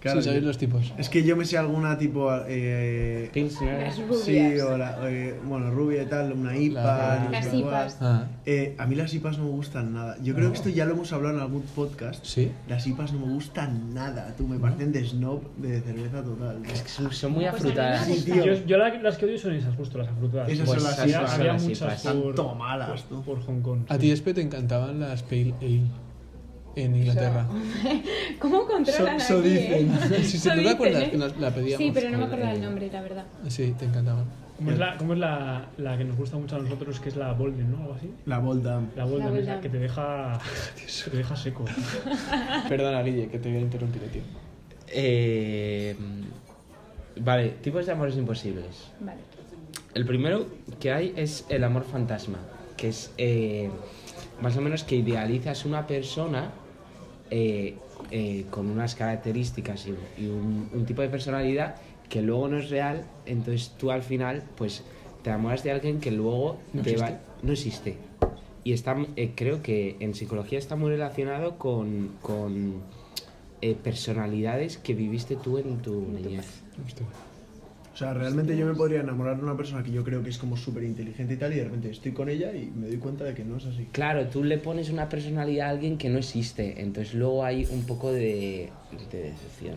S6: Claro,
S2: si sabéis
S6: yo-
S2: los tipos.
S6: es que yo me sé alguna tipo. eh,
S4: Pilsner.
S3: Las rubias.
S6: sí, o la- eh, bueno, rubia y tal, una IPA.
S2: La-
S6: no sé
S3: Las
S6: cuál.
S3: IPAs.
S2: Ah,
S6: Eh, a mí las IPAs no me gustan nada. Yo creo que esto ya lo hemos hablado en algún podcast.
S2: sí.
S6: Las IPAs no me gustan nada. Tú me parecen de snob de cerveza total. tío.
S4: Es que son, son muy
S3: Pues a mí me
S4: afrutadas.
S6: Sí,
S1: Yo,
S6: tío.
S1: yo la- las que odio son esas, justo las afrutadas.
S6: Esas
S4: Pues
S6: son las
S4: esas
S1: había,
S6: IPAs.
S4: son
S1: había
S4: las
S1: muchas
S4: IPAs.
S1: por,
S6: Tanto malas,
S1: por,
S6: tú.
S1: por Hong Kong.
S2: A ti, Espe, te encantaban las Pale Ale en Inglaterra.
S3: ¿Cómo controlan
S2: so
S3: aquí,
S2: dicen.
S3: eh?
S2: [LAUGHS] Sí, sí,
S3: So
S2: ¿no te acuerdas
S3: dicen,
S2: que
S3: eh?
S2: nos la pedíamos?
S3: Sí, pero no me acuerdo del nombre, la verdad.
S2: Sí, te encantaban.
S1: ¿Cómo es, la, cómo es la, la que nos gusta mucho a nosotros, que es la Bolden, ¿no? Algo así.
S6: La Boldam.
S1: La Bolden, esa
S3: La Bolden.
S1: que te
S2: [LAUGHS]
S1: deja, que te deja seco.
S3: Ah.
S2: Perdona, Guille, que te voy a interrumpir, tío.
S4: Eh, vale, tipos de amores imposibles.
S3: Vale.
S4: El primero que hay es el amor fantasma, que es eh, más o menos que idealizas una persona eh, eh, con unas características y, y un, un tipo de personalidad que luego no es real, entonces tú al final pues te enamoras de alguien que luego
S2: ¿No
S4: te va-
S2: existe?
S4: no existe. Y está, eh, creo que en psicología está muy relacionado con, con, eh, personalidades que viviste tú en tu niñez.
S2: Hostia.
S6: O sea, realmente yo me podría enamorar de una persona que yo creo que es como súper inteligente y tal, y de repente estoy con ella y me doy cuenta de que no es así.
S4: Claro, tú le pones una personalidad a alguien que no existe, entonces luego hay un poco de, de decepción.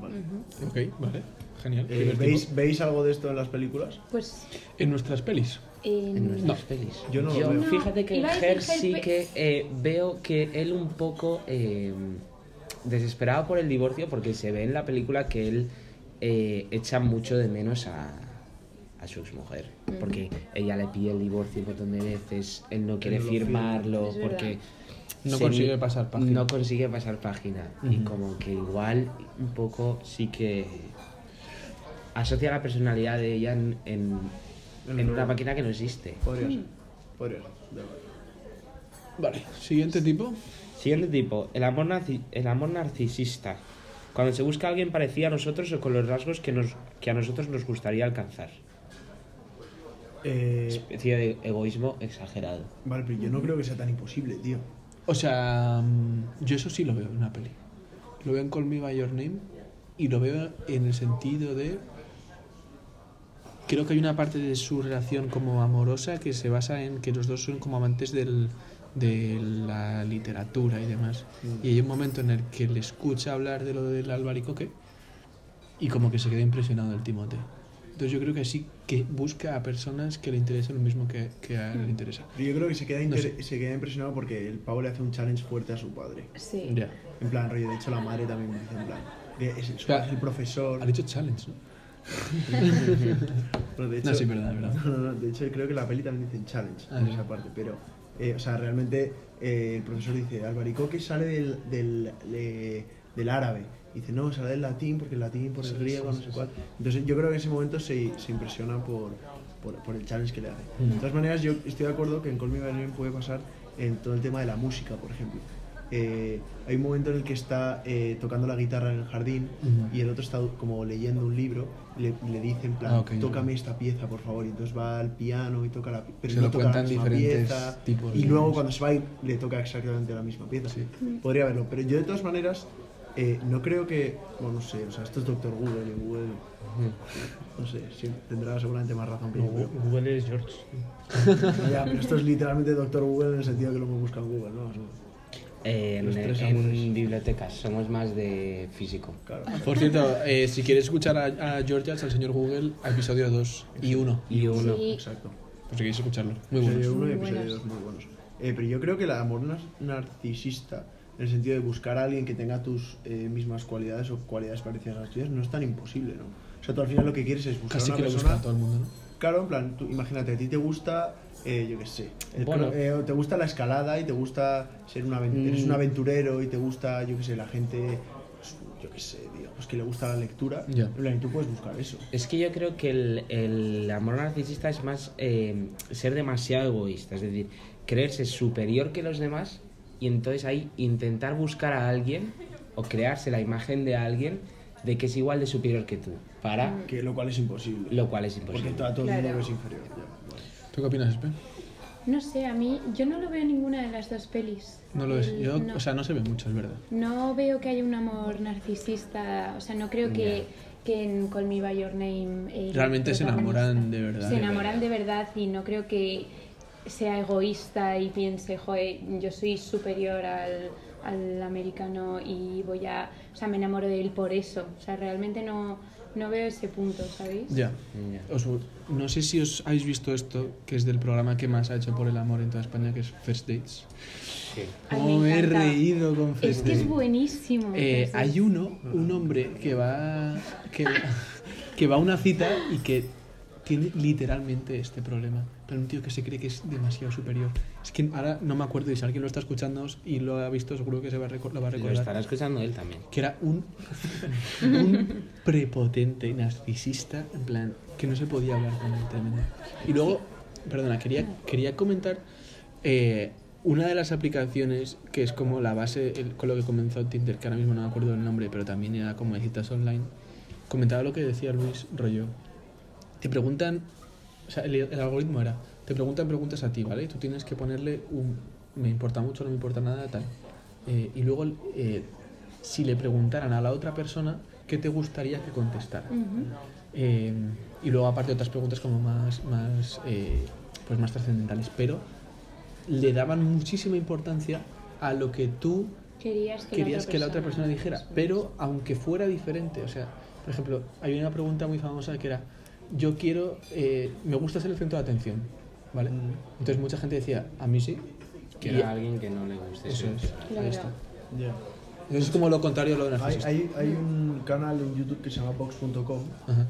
S6: Vale.
S2: Ok, vale. Genial.
S6: Eh,
S2: Primer
S6: ¿veis,
S2: tipo.
S6: ¿Veis algo de esto en las películas?
S3: Pues em,
S2: En nuestras pelis.
S4: en
S3: en...
S4: nuestras pelis.
S6: Yo no lo veo. No,
S4: Fíjate que en
S3: iba a decir
S4: Her
S3: Her,
S4: sí
S3: pe-
S4: que eh, veo que él un poco eh, desesperado por el divorcio, porque se ve en la película que él eh, echa mucho de menos a, a su exmujer. Porque ella le pide el divorcio un montón de veces, él no quiere
S6: lo
S4: firmarlo,
S3: Es
S4: porque.
S2: No
S4: se-
S2: consigue pasar página.
S4: No consigue pasar página. Y como que igual un poco sí que asocia la personalidad de ella en, en-
S6: En
S4: en
S6: lo-
S4: una máquina que no existe.
S6: Podría ser. Podría ser. de verdad.
S2: Vale. Siguiente tipo.
S4: Siguiente tipo, el amor, narci- el amor narcisista. Cuando se busca a alguien parecido a nosotros o con los rasgos que, nos, que a nosotros nos gustaría alcanzar.
S6: Eh,
S4: Especie de egoísmo exagerado.
S6: vale, pero yo no creo que sea tan imposible, tío.
S2: O sea, mm, yo eso sí lo veo en una peli. Lo veo en Call Me By Your Name y lo veo en el sentido de... Creo que hay una parte de su relación como amorosa que se basa en que los dos son como amantes del- de la literatura y demás. Y hay un momento en el que le escucha hablar de lo del albaricoque y como que se queda impresionado el Timoteo. Entonces yo creo que sí que busca a personas que le interesen lo mismo que, que a él le interesa.
S6: Pero yo creo que se queda,
S2: No
S6: inter- se queda impresionado porque el pavo le hace un challenge fuerte a su padre.
S3: Sí.
S2: Ya.
S6: En plan, rollo, de hecho la madre también dice, en plan, de- es, es-
S2: Espera.
S6: es el profesor.
S2: Ha dicho challenge, ¿no?
S6: [LAUGHS] Bueno, de
S2: No, sí, verdad, verdad.
S6: No, no, de hecho creo que la peli también dicen challenge
S2: Ah,
S6: en
S2: sí.
S6: esa parte, pero, eh, o sea, realmente eh, el profesor dice, albaricoque sale del, del, le- del árabe. Y dice, no, sale del latín, porque el latín, por el
S2: Sí,
S6: griego,
S2: sí,
S6: no sé
S2: sí,
S6: cuál. Entonces yo creo que en ese momento se, se impresiona por, por, por el challenge que le hace.
S2: Mm.
S6: De todas maneras, yo estoy de acuerdo que en Call Me By Your Name puede pasar en todo el tema de la música, por ejemplo. Eh, hay un momento en el que está eh, tocando la guitarra en el jardín
S2: Ujú.
S6: y el otro está como leyendo un libro y le, le dice en plan,
S2: Ah, ok, ok.
S6: tócame esta pieza, por favor. Y entonces va al piano y toca la pi- pero
S2: Se
S6: no
S2: lo
S6: toca la
S2: cuentan
S6: misma
S2: diferentes
S6: pieza.
S2: tipos
S6: Y
S2: de
S6: luego
S2: música.
S6: cuando se va a ir le toca exactamente la misma pieza.
S2: Sí.
S6: Podría verlo. Pero yo de todas maneras eh, no creo que... Bueno, no sé. O sea, esto es Doctor Google. y Google no sé. sí, tendrá seguramente más razón que yo. pero-
S8: Google es George.
S6: Ya, pero esto es literalmente Doctor Google en el sentido que lo hemos buscado en Google, ¿no? O sea,
S4: Eh, en,
S6: Los tres
S4: en
S6: amores.
S4: bibliotecas somos más de físico.
S6: claro.
S2: Por cierto, eh, si quieres escuchar a, a Georgias, al señor Google, episodio 2 y 1.
S4: Y uno.
S3: Sí.
S6: Exacto.
S2: Por si queréis escucharlo. Muy
S6: Episodio
S2: bueno.
S6: uno y
S3: Muy
S6: episodio
S3: buenos.
S6: dos, muy buenos. Eh, pero yo creo que el amor nar- narcisista, en el sentido de buscar a alguien que tenga tus eh, mismas cualidades o cualidades parecidas a las tuyas, no es tan imposible, ¿no? O sea, tú al final lo que quieres es buscar
S2: Casi
S6: una
S2: que lo
S6: persona.
S2: busca todo el mundo, ¿no?
S6: Claro, en plan, tú, imagínate, a ti te gusta, eh, yo qué sé, el
S4: Bueno.
S6: cro- eh, o te gusta la escalada y te gusta ser un, aven-
S4: Mm.
S6: eres un aventurero y te gusta, yo qué sé, la gente, pues, yo qué sé, tío, pues que le gusta la lectura.
S2: Ya.
S6: En plan, y tú puedes buscar eso.
S4: Es que yo creo que el, el amor narcisista es más eh, ser demasiado egoísta, es decir, creerse superior que los demás y entonces ahí intentar buscar a alguien o crearse la imagen de alguien de que es igual de superior que tú, para
S6: Que lo cual es imposible.
S4: lo cual es
S6: porque
S4: imposible.
S6: tú a todo el mundo
S3: Claro.
S6: es inferior. ya, bueno.
S2: ¿Tú qué opinas, Espe?
S3: No sé, a mí yo no lo veo en ninguna de las dos pelis.
S2: No lo es.
S3: El-
S2: Yo,
S3: no.
S2: O sea, no se ve mucho, es verdad.
S3: No veo que haya un amor narcisista, o sea, no creo que, que en Call Me By Your Name... eh,
S2: Realmente se
S3: protagonista-
S2: enamoran de verdad.
S3: Se enamoran de verdad y no creo que sea egoísta y piense, joe, yo soy superior al, al americano y voy a... O sea, me enamoro de él por eso. O sea, realmente no, no veo ese punto, ¿sabéis?
S2: Ya.
S4: Mm, Ya.
S2: Os- no sé si os habéis visto esto, que es del programa que más ha hecho por el amor en toda España, que es First Dates.
S3: Ay,
S2: Cómo Oh, me he
S3: encanta.
S2: reído con First
S3: Es que es
S2: Dates.
S3: buenísimo.
S2: Eh,
S3: Entonces,
S2: hay uno, un hombre que va, que, va- que va a una cita y que tiene literalmente este problema. Pero un tío que se cree que es demasiado superior. Es que ahora no me acuerdo y si alguien lo está escuchando y lo ha visto, seguro que se va a recor- lo va a
S4: Lo
S2: recordar.
S4: estará escuchando él también.
S2: Que era un, [LAUGHS] un prepotente narcisista, en plan, que no se podía hablar con él tremendo. Y luego, perdona, quería, quería comentar eh, una de las aplicaciones que es como la base el- con lo que comenzó Tinder, que ahora mismo no me acuerdo el nombre, pero también era como de citas online. Comentaba lo que decía Luis Rollo. Te preguntan, o sea, el, el algoritmo era, te preguntan preguntas a ti, ¿vale? Y tú tienes que ponerle un me importa mucho, no me importa nada, tal. Eh, y luego, eh, si le preguntaran a la otra persona, ¿qué te gustaría que contestara?
S3: Mm.
S2: Eh, y luego aparte otras preguntas como más, más, eh, pues más trascendentales, pero le daban muchísima importancia a lo que tú
S3: Querías que,
S2: querías
S3: la, otra
S2: que la otra persona dijera,
S3: respondiera.
S2: pero aunque fuera diferente, o sea, por ejemplo, hay una pregunta muy famosa que era, yo quiero, eh, me gusta ser el centro de atención, ¿vale? Entonces mucha gente decía, a mí sí.
S4: Que
S2: Y-
S4: era alguien que no le guste.
S2: Eso
S4: ser
S2: es.
S4: observado.
S2: Ahí está.
S3: Claro.
S6: Ya.
S2: Eso es como lo contrario a lo de
S6: Hay,
S2: narcisista.
S6: hay, hay un canal en YouTube que se llama Vox.com
S2: Ajá.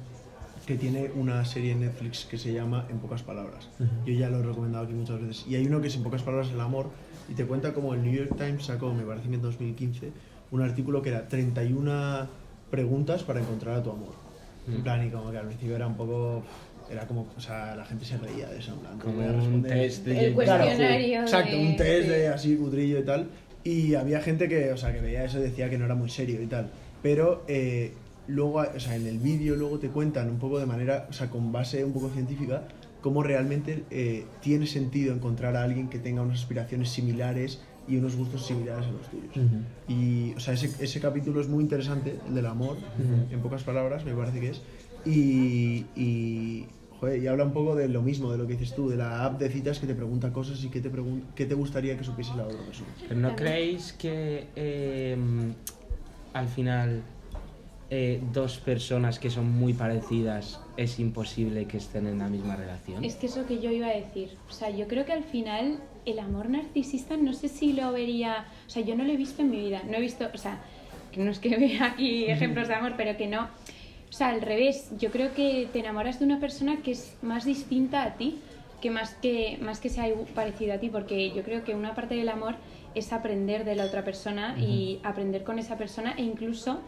S6: que tiene una serie en Netflix que se llama En pocas palabras. Yo ya lo he recomendado aquí muchas veces. Y hay uno que es En pocas palabras el amor y te cuenta como el New York Times sacó, me parece que en 2015, un artículo que era 31 preguntas para encontrar a tu amor. En plan, y como que al principio era un poco... Era como, o sea, la gente se reía de eso, en plan,
S4: Como
S6: voy a
S4: un
S6: responder?
S4: test de-
S3: El
S6: Claro,
S3: cuestionario.
S6: exacto,
S3: de-
S6: un test de
S3: sí.
S6: así cutrillo y tal. Y había gente que, o sea, que veía eso y decía que no era muy serio y tal. Pero eh, luego, o sea, en el vídeo luego te cuentan un poco de manera, o sea, con base un poco científica, cómo realmente eh, tiene sentido encontrar a alguien que tenga unas aspiraciones similares y unos gustos similares a los tuyos.
S2: Ujú.
S6: Y, o sea, ese, ese capítulo es muy interesante, el del amor,
S2: Ujú.
S6: en pocas palabras, me parece que es. Y, y, joder, y habla un poco de lo mismo, de lo que dices tú, de la app de citas que te pregunta cosas y que te, pregun- qué te gustaría que supiese la otra persona.
S4: Pero no
S3: Claro.
S4: creéis que eh, al final eh, dos personas que son muy parecidas es imposible que estén en la misma relación.
S3: Es que es lo que yo iba a decir. O sea, yo creo que al final el amor narcisista no sé si lo vería. O sea, yo no lo he visto en mi vida. No he visto. O sea, que no es que [LAUGHS] vea aquí ejemplos de amor, pero que no. O sea, al revés. Yo creo que te enamoras de una persona que es más distinta a ti que más que, más que sea igu- parecida a ti, porque yo creo que una parte del amor es aprender de la otra persona y aprender con esa persona e incluso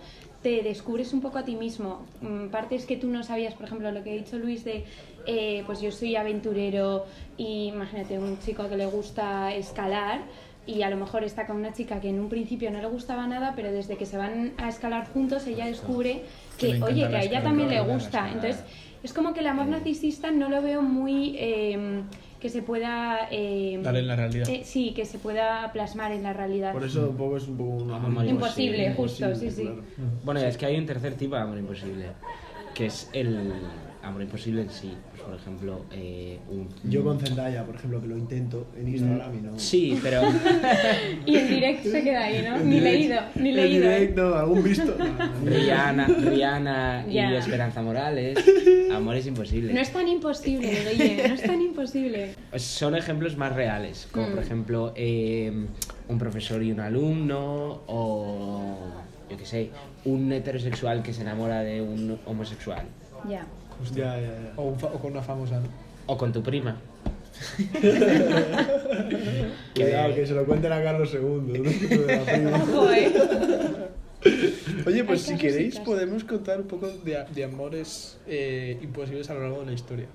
S3: te descubres un poco a ti mismo. Mm, Partes que tú no sabías, por ejemplo, lo que ha dicho Luis de, eh, pues yo soy aventurero y imagínate un chico que le gusta escalar y a lo mejor está con una chica que en un principio no le gustaba nada, pero desde que se van a escalar juntos ella descubre
S2: Que
S3: que,
S2: le encanta
S3: oye, que
S2: la
S3: a ella
S2: escalada,
S3: también le
S4: la
S3: gusta.
S4: escalada.
S3: Entonces, es como que el amor narcisista no lo veo muy eh, que se pueda eh,
S2: Dar en la realidad.
S3: eh, sí, que se pueda plasmar en la realidad.
S6: Por eso un poco es un poco un
S4: Amor
S3: Imposible,
S4: imposible,
S3: justo, sí, sí.
S6: claro.
S4: Bueno, es que hay un tercer tipo de amor imposible, que es el amor imposible en sí. Pues, por ejemplo, eh, un...
S6: Yo con Zendaya, por ejemplo, que lo intento en Instagram y no.
S4: Sí,
S6: [LAUGHS]
S4: pero...
S3: Y en directo se queda ahí, ¿no? Ni
S6: En
S3: leído,
S6: direct-
S3: ni
S6: en
S3: leído. ¿eh?
S6: directo,
S3: [LAUGHS]
S6: algún visto. No, no, no.
S4: Rihanna, Rihanna y
S3: Ya.
S4: Esperanza Morales, amores imposibles.
S3: No es tan imposible, Mireille, no es tan imposible.
S4: Son ejemplos más reales, como
S3: Mm.
S4: por ejemplo eh, un profesor y un alumno, o yo qué sé, un heterosexual que se enamora de un homosexual,
S3: Ya.
S6: Ya, ya, ya.
S2: O, un fa- o con una famosa, ¿no?
S4: o con tu prima.
S6: Cuidado, que se lo cuenten a Carlos II. ¿no? [LAUGHS] De la prima.
S3: [LAUGHS] Ojo, ¿eh?
S2: Oye, pues
S3: Hay
S2: si
S3: casos y
S2: queréis
S3: casos.
S2: podemos contar un poco de, de amores eh, imposibles a lo largo de la historia.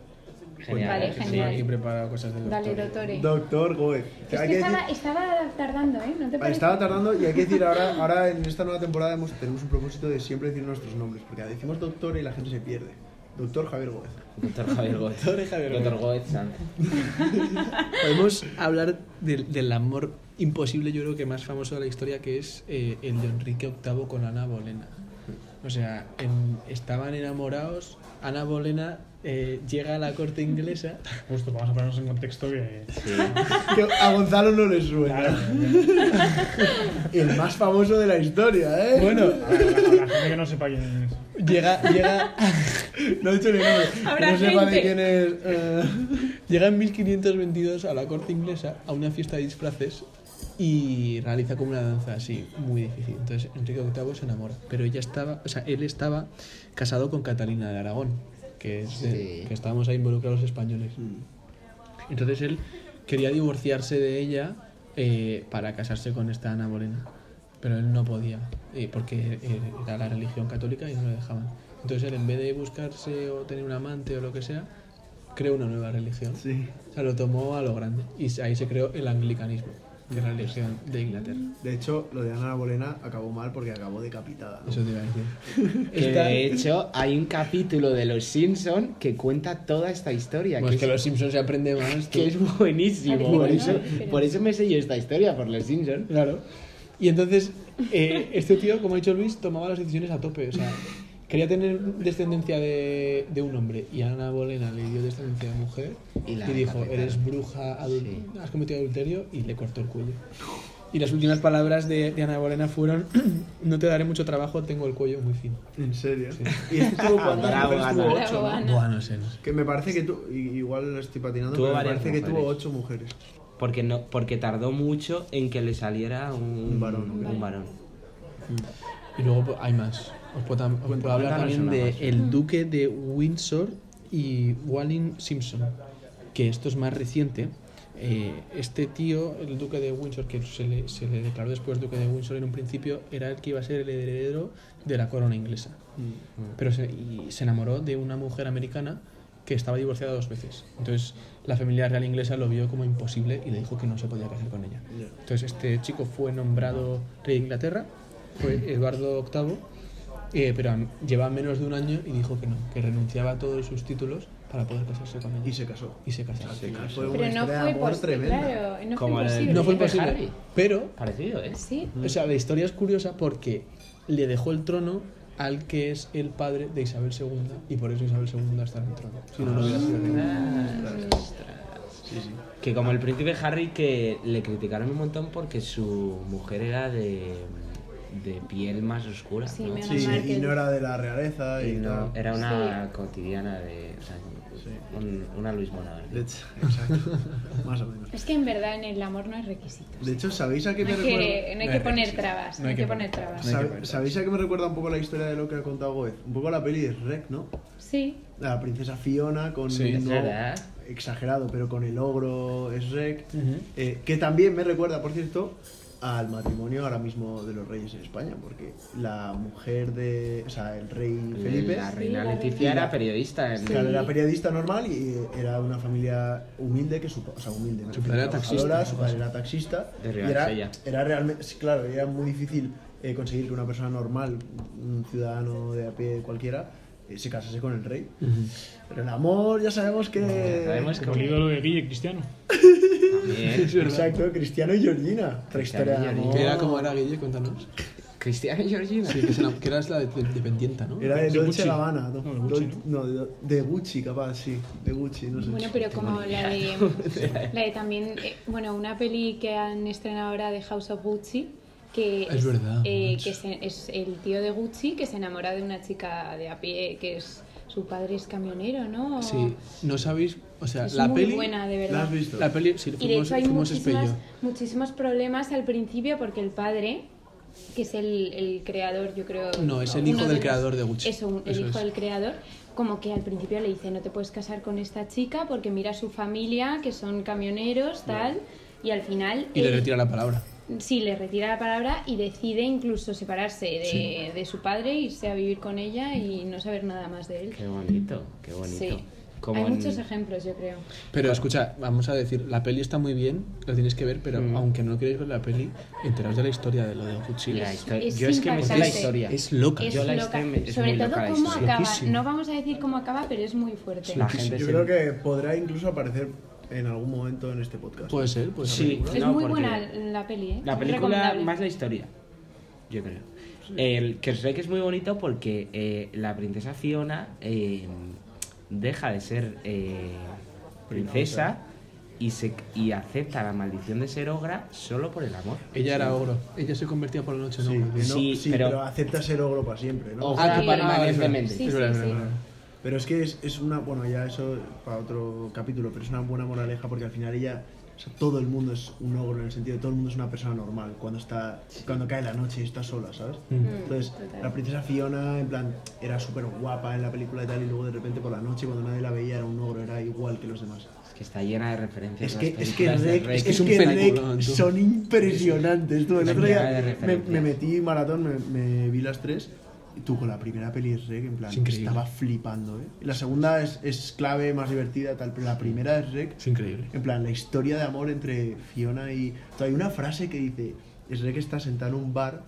S4: Genial. ¿eh?
S3: Vale,
S2: Porque
S3: genial.
S2: tengo aquí preparado cosas del
S3: Dale,
S2: doctor.
S3: doctore.
S6: Doctor Goethe.
S3: Es que estaba, estaba tardando, ¿eh? ¿No te
S6: Ah,
S3: parece?
S6: Estaba tardando y hay que decir ahora, ahora en esta nueva temporada hemos- tenemos un propósito de siempre decir nuestros nombres, porque decimos doctor y la gente se pierde. Doctor Javier Gómez.
S4: Doctor Javier Gómez.
S2: [LAUGHS] Doctor Javier Gómez.
S4: Doctor Gómez Sánchez.
S2: Podemos hablar del, del amor imposible, yo creo que más famoso de la historia, que es eh, el de Enrique VIII con Ana Bolena. O sea, en- estaban enamorados, Ana Bolena eh, llega a la corte inglesa. [LAUGHS]
S1: Justo, vamos a ponernos en contexto que.
S4: Sí.
S6: Que a Gonzalo no le suena. El más famoso de la historia, ¿eh?
S2: Bueno,
S1: Para la gente que no sepa quién es.
S2: llega, llega,
S6: no he dicho ni nombre. Que
S3: Habrá
S6: no sepa
S3: gente.
S6: de quién es. eh.
S2: llega en 1522 a la corte inglesa a una fiesta de disfraces y realiza como una danza así muy difícil. Entonces Enrique VIII se enamora, pero ella estaba, o sea, él estaba casado con Catalina de Aragón, que es de-
S4: Sí.
S2: que estábamos ahí involucrados los españoles. Entonces él quería divorciarse de ella eh, para casarse con esta Ana Morena, pero él no podía, eh, porque eh, era la religión católica y no lo dejaban. Entonces él, en vez de buscarse o tener un amante o lo que sea, creó una nueva religión.
S6: Sí.
S2: O sea, lo tomó a lo grande. Y ahí se creó el anglicanismo, que es la religión de Inglaterra.
S6: De hecho, lo de Ana Bolena acabó mal porque acabó decapitada. ¿no?
S2: Eso te iba a decir.
S4: [LAUGHS] Que
S2: Esta-
S4: de hecho hay un capítulo de Los Simpson que cuenta toda esta historia.
S2: Bueno, es Pues
S4: que
S2: que
S4: es-
S2: los Simpsons se aprende más. tú.
S4: que es
S3: Parece
S4: buenísimo. Por
S3: que
S4: eso,
S3: no, pero-
S4: por eso me sé yo esta historia, por Los Simpson.
S2: Claro. Y entonces, eh, este tío, como ha dicho Luis, tomaba las decisiones a tope. O sea, quería tener descendencia de, de un hombre y Ana Bolena le dio descendencia de mujer
S4: Y
S2: y,
S4: la
S2: dijo,
S4: decapitaron.
S2: eres bruja, adul-
S4: Sí.
S2: has cometido adulterio y le cortó el cuello. Y las últimas palabras de, de Ana Bolena fueron: No te daré mucho trabajo, tengo el cuello muy fino.
S6: En serio. Y estuvo cuando
S4: Bravo, Ana.
S6: estuvo ocho,
S3: Bravo,
S6: ¿no?
S3: Ana.
S2: Buah, no sé, no sé.
S6: Que me parece que tú, i- igual estoy patinando,
S4: Tuvo
S6: pero me
S4: varias
S6: parece que tuvo
S4: mujeres.
S6: ocho mujeres.
S4: Porque, no, porque tardó mucho en que le saliera un,
S6: Un varón, ¿no?
S4: Un varón.
S2: Y luego pues, hay más. Os puedo, os puedo hablar
S4: cuéntanos
S2: también
S4: una
S2: de
S4: más.
S2: el duque de Windsor y Walling Simpson, que esto es más reciente. Eh, este tío, el duque de Windsor, que se le, se le declaró después duque de Windsor en un principio, era el que iba a ser el heredero de la corona inglesa.
S6: Mm.
S2: Pero se, y se enamoró de una mujer americana que estaba divorciada dos veces. Entonces la familia real inglesa lo vio como imposible y le dijo que no se podía casar con ella.
S6: Ya.
S2: Entonces este chico fue nombrado rey de Inglaterra, fue Eduardo VIII, eh, pero am- llevaba menos de un año y dijo que no, que renunciaba a todos sus títulos para poder casarse con ella.
S6: Y se casó.
S2: Y se casaron.
S6: Fue una
S3: Pero no
S6: historia de
S3: fue
S6: amor
S3: posible.
S6: tremenda.
S3: Claro, no fue
S4: Como la del-
S3: imposible.
S2: No fue
S4: ¿Fue
S2: imposible,
S4: Harry?
S2: pero
S4: Parecido, ¿eh?
S3: Sí.
S2: o
S6: Mm.
S2: sea, la historia es curiosa porque le dejó el trono al que es el padre de Isabel II y por eso Isabel II está en el trono. Si no, no hubiera sido reina.
S4: Que como el príncipe Harry que le criticaron un montón porque su mujer era de, de piel más oscura.
S3: Sí,
S4: ¿no?
S3: me
S6: Sí,
S3: Meghan
S6: y
S3: Markle.
S6: no era de la realeza
S4: Y
S6: y
S4: no,
S6: tal.
S4: era una cotidiana de. O sea,
S6: Sí.
S4: un- una Luis Monaghan.
S6: De hecho, [LAUGHS] exacto. Más o menos.
S3: Es que en verdad en el amor no hay requisitos.
S6: De hecho, ¿sabéis a qué
S3: No
S6: me
S3: hay que,
S6: recuerda?
S3: no hay
S2: No
S3: que
S2: hay
S3: poner
S2: requisitos.
S3: trabas.
S2: No
S3: No
S2: hay
S3: hay
S2: que
S3: que poner
S2: poner
S3: trabas.
S2: trabas.
S6: ¿Sabe-
S2: que ver.
S6: ¿Sabéis a qué me recuerda un poco la historia de lo que ha contado Goez? Un poco la peli de Rec, ¿no?
S3: Sí.
S6: La princesa Fiona con
S2: Sí,
S4: es
S6: no-
S4: verdad.
S6: exagerado, pero con el ogro es Rec.
S2: Ujú.
S6: Eh, que también me recuerda, por cierto, al matrimonio ahora mismo de los reyes en España, porque la mujer de. O sea, el rey Felipe.
S4: La
S3: Sí, la
S4: reina
S3: reina.
S4: Leticia era periodista. En,
S6: Claro, era periodista normal y era de una familia humilde que su, pa- o sea, humilde, me
S2: Su padre era
S6: refiero,
S2: taxista,
S6: trabajadora,
S2: ¿no?
S6: su padre era taxista
S4: De
S6: y era,
S4: Ribarsella.
S6: era realmente, sí, claro, era muy difícil eh, conseguir que una persona normal, un ciudadano de a pie cualquiera, eh, se casase con el rey. Pero el amor ya sabemos que
S4: Sabemos que
S1: Como el ídolo de Guille Cristiano.
S4: también.
S6: [LAUGHS] Exacto, Cristiano y Georgina, otra
S4: Cristiano
S6: historia de
S4: y
S6: amor.
S4: Georgina.
S2: Que era como era Guille, cuéntanos.
S4: Cristiano y Georgina.
S2: Sí, que, es una- que eras la de- de- dependienta, ¿no?
S6: Era de
S1: De
S6: Dolce
S1: Gucci.
S6: Gabbana, no,
S1: No, de Gucci,
S6: Dol- no, de, de Gucci capaz, sí, de Gucci,
S2: Pues
S6: no sé.
S3: Bueno, pero como la
S2: [LAUGHS]
S3: de, la de también, eh, bueno, una peli que han estrenado ahora de House of Gucci, que
S2: Es verdad,
S3: eh,
S2: macho.
S3: que se- es el tío de Gucci que se enamora de una chica de a pie, que es su padre es camionero, ¿no?
S2: Sí, no sabéis, o sea,
S3: es
S2: la
S3: muy
S2: peli...
S3: buena, de
S6: ¿La
S3: verdad.
S6: has visto?
S2: La peli, sí,
S3: Y de
S2: fuimos,
S3: hecho hay
S2: fuimos
S3: muchísimas-
S2: Espello.
S3: muchísimos problemas al principio porque el padre, que es el, el creador, yo creo...
S2: No, es el
S3: uno
S2: hijo del
S3: los-
S2: creador de Gucci.
S3: Eso, un- el
S2: Eso
S3: hijo
S2: es.
S3: del creador, como que al principio le dice, no te puedes casar con esta chica porque mira a su familia, que son camioneros, tal... Y al final...
S2: Y le
S3: él-
S2: retira la palabra.
S3: Sí, le retira la palabra y decide incluso separarse de,
S2: Sí.
S3: de su padre, irse a vivir con ella y no saber nada más de él.
S4: Qué bonito, qué bonito.
S3: Sí.
S4: Como
S3: Hay
S4: en-
S3: muchos ejemplos, yo creo.
S2: Pero escucha, vamos a decir, la peli está muy bien, la tienes que ver, pero
S4: Mm.
S2: aunque no queréis ver la peli, enteraos de la historia de lo de Gucci.
S4: La
S2: Es,
S4: histo-
S3: es
S4: Yo es que me sé la
S3: impactante.
S4: historia.
S2: es loca.
S3: Es
S4: Yo la
S3: loca.
S4: estoy- es
S3: Sobre
S4: muy
S3: todo
S4: loca la
S3: cómo
S4: historia.
S3: acaba.
S2: Loquísimo.
S3: No vamos a decir cómo acaba, pero es muy fuerte.
S4: La gente
S6: Yo
S4: se-
S6: creo que podrá incluso aparecer en algún momento en este podcast.
S2: Puede ser, puede ser.
S4: Sí,
S3: Es
S4: no,
S3: muy
S4: porque-
S3: buena la peli, ¿eh?
S4: La película,
S3: Recomendable.
S4: más la historia, yo creo. El, que os sé que es muy bonito porque eh, la princesa Fiona eh, deja de ser eh, princesa y, se, y acepta la maldición de ser ogra solo por el amor.
S2: Ella era ogro. Ella se convertía por la noche en
S6: Sí,
S2: ogro.
S6: que no-
S4: Sí,
S6: sí,
S4: pero-
S6: pero... acepta ser ogro para siempre, ¿no?
S4: Ogra
S3: Ah, que para-
S4: permanentemente.
S3: Sí,
S2: Es
S3: sí,
S2: verdad, es
S3: sí.
S2: verdad.
S6: Pero es que es, es una, bueno, ya eso para otro capítulo, pero es una buena moraleja porque al final ella, o sea, todo el mundo es un ogro en el sentido de todo el mundo es una persona normal cuando está cuando cae la noche y está sola, ¿sabes?
S4: Mm.
S6: Entonces,
S3: total.
S6: la princesa Fiona, en plan, era súper guapa en la película y tal, y luego de repente por la noche cuando nadie la veía era un ogro, era igual que los demás.
S4: Es que está llena de referencias.
S6: Es
S4: las
S6: que, es que
S4: películas de
S6: Rec,
S4: Rec.
S6: es
S2: que es un
S6: que Rec
S2: peliculón, tú.
S6: son impresionantes. Tú, el
S4: Es
S6: otro
S4: una de
S6: día me,
S4: referencias.
S6: me metí maratón, me, me vi las tres. Y tú con la primera peli es Rec, en plan,
S2: Es increíble.
S6: estaba flipando. ¿eh? La segunda es, es clave, más divertida, tal, pero la primera es Rec.
S2: Es increíble.
S6: En plan, la historia de amor entre Fiona y. o sea, Hay una frase que dice: Es Rec está sentado en un bar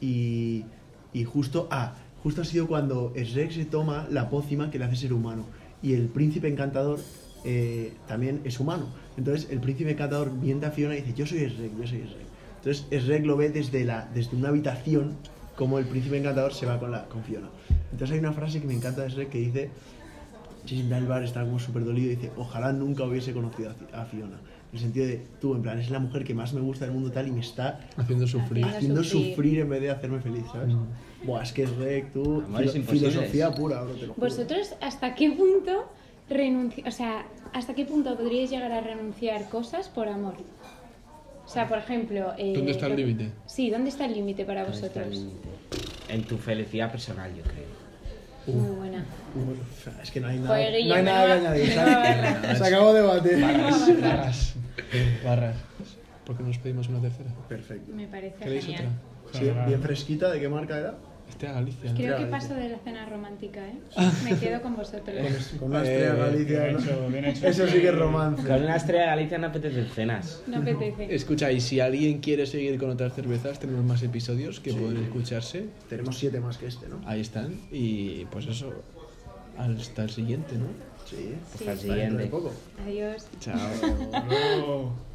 S6: y. Y justo. Ah, justo ha sido cuando es Rec se toma la pócima que le hace ser humano. Y el príncipe encantador eh, también es humano. Entonces, el príncipe encantador miente a Fiona y dice: Yo soy es Rec, yo soy es Rec. Entonces, es Rec lo ve desde, la, desde una habitación como el príncipe encantador se va con, la, con Fiona. Entonces, hay una frase que me encanta de Shrek que dice Jason Dalbar está como súper dolido y dice, ojalá nunca hubiese conocido a Fi- a Fiona. En el sentido de, tú, en plan, es la mujer que más me gusta del mundo tal y me está
S2: Haciendo sufrir.
S6: haciendo
S3: sufrir.
S6: sufrir en vez de hacerme feliz, ¿sabes? Buah, es que es re, tú,
S8: Amores
S6: filo-
S8: imposibles.
S6: filosofía pura, bro, te lo juro.
S3: ¿Vosotros hasta qué punto renunci- o sea, hasta qué punto podríais llegar a renunciar cosas por amor? O sea, por ejemplo, eh,
S2: ¿Dónde está el
S3: lo-
S2: límite?
S3: Sí, ¿dónde está el límite para
S4: ¿Dónde está el
S3: vosotros?
S4: límite? En tu felicidad personal, yo creo.
S3: Muy
S2: [LAUGHS]
S3: buena.
S6: Bueno, o sea, es que no hay nada,
S3: Joder,
S6: no hay
S3: Guillermo,
S6: nada que
S3: no- [LAUGHS]
S6: añadir,
S3: no
S6: ¿sabes? Se acabó el debate.
S2: Barras. Barras. ¿Por qué no nos pedimos una tercera?
S6: [LAUGHS] Perfecto.
S3: Me parece
S2: ¿Queréis
S3: genial.
S2: otra?
S6: Sí, bien fresquita, ¿de qué marca era?
S2: Este a Galicia. ¿no?
S3: Creo que
S6: Claro,
S3: paso de la cena romántica,
S2: [LAUGHS]
S3: ¿eh? Me quedo con vosotros.
S6: Con una estrella
S2: Eh,
S6: Galicia.
S1: bien
S6: ¿no?
S1: hecho, bien hecho.
S6: Eso sí que es romance.
S4: Con una estrella de Galicia no apetece cenas.
S3: No apetece.
S2: Escucha, y si alguien quiere seguir con otras cervezas, tenemos más episodios que pueden escucharse.
S6: Tenemos siete más que este, ¿no?
S2: Ahí están. Y pues eso. Hasta el siguiente, ¿no?
S6: Sí.
S4: Hasta el
S6: Dentro de
S4: siguiente.
S6: poco.
S3: Adiós.
S2: Chao.
S1: Luego-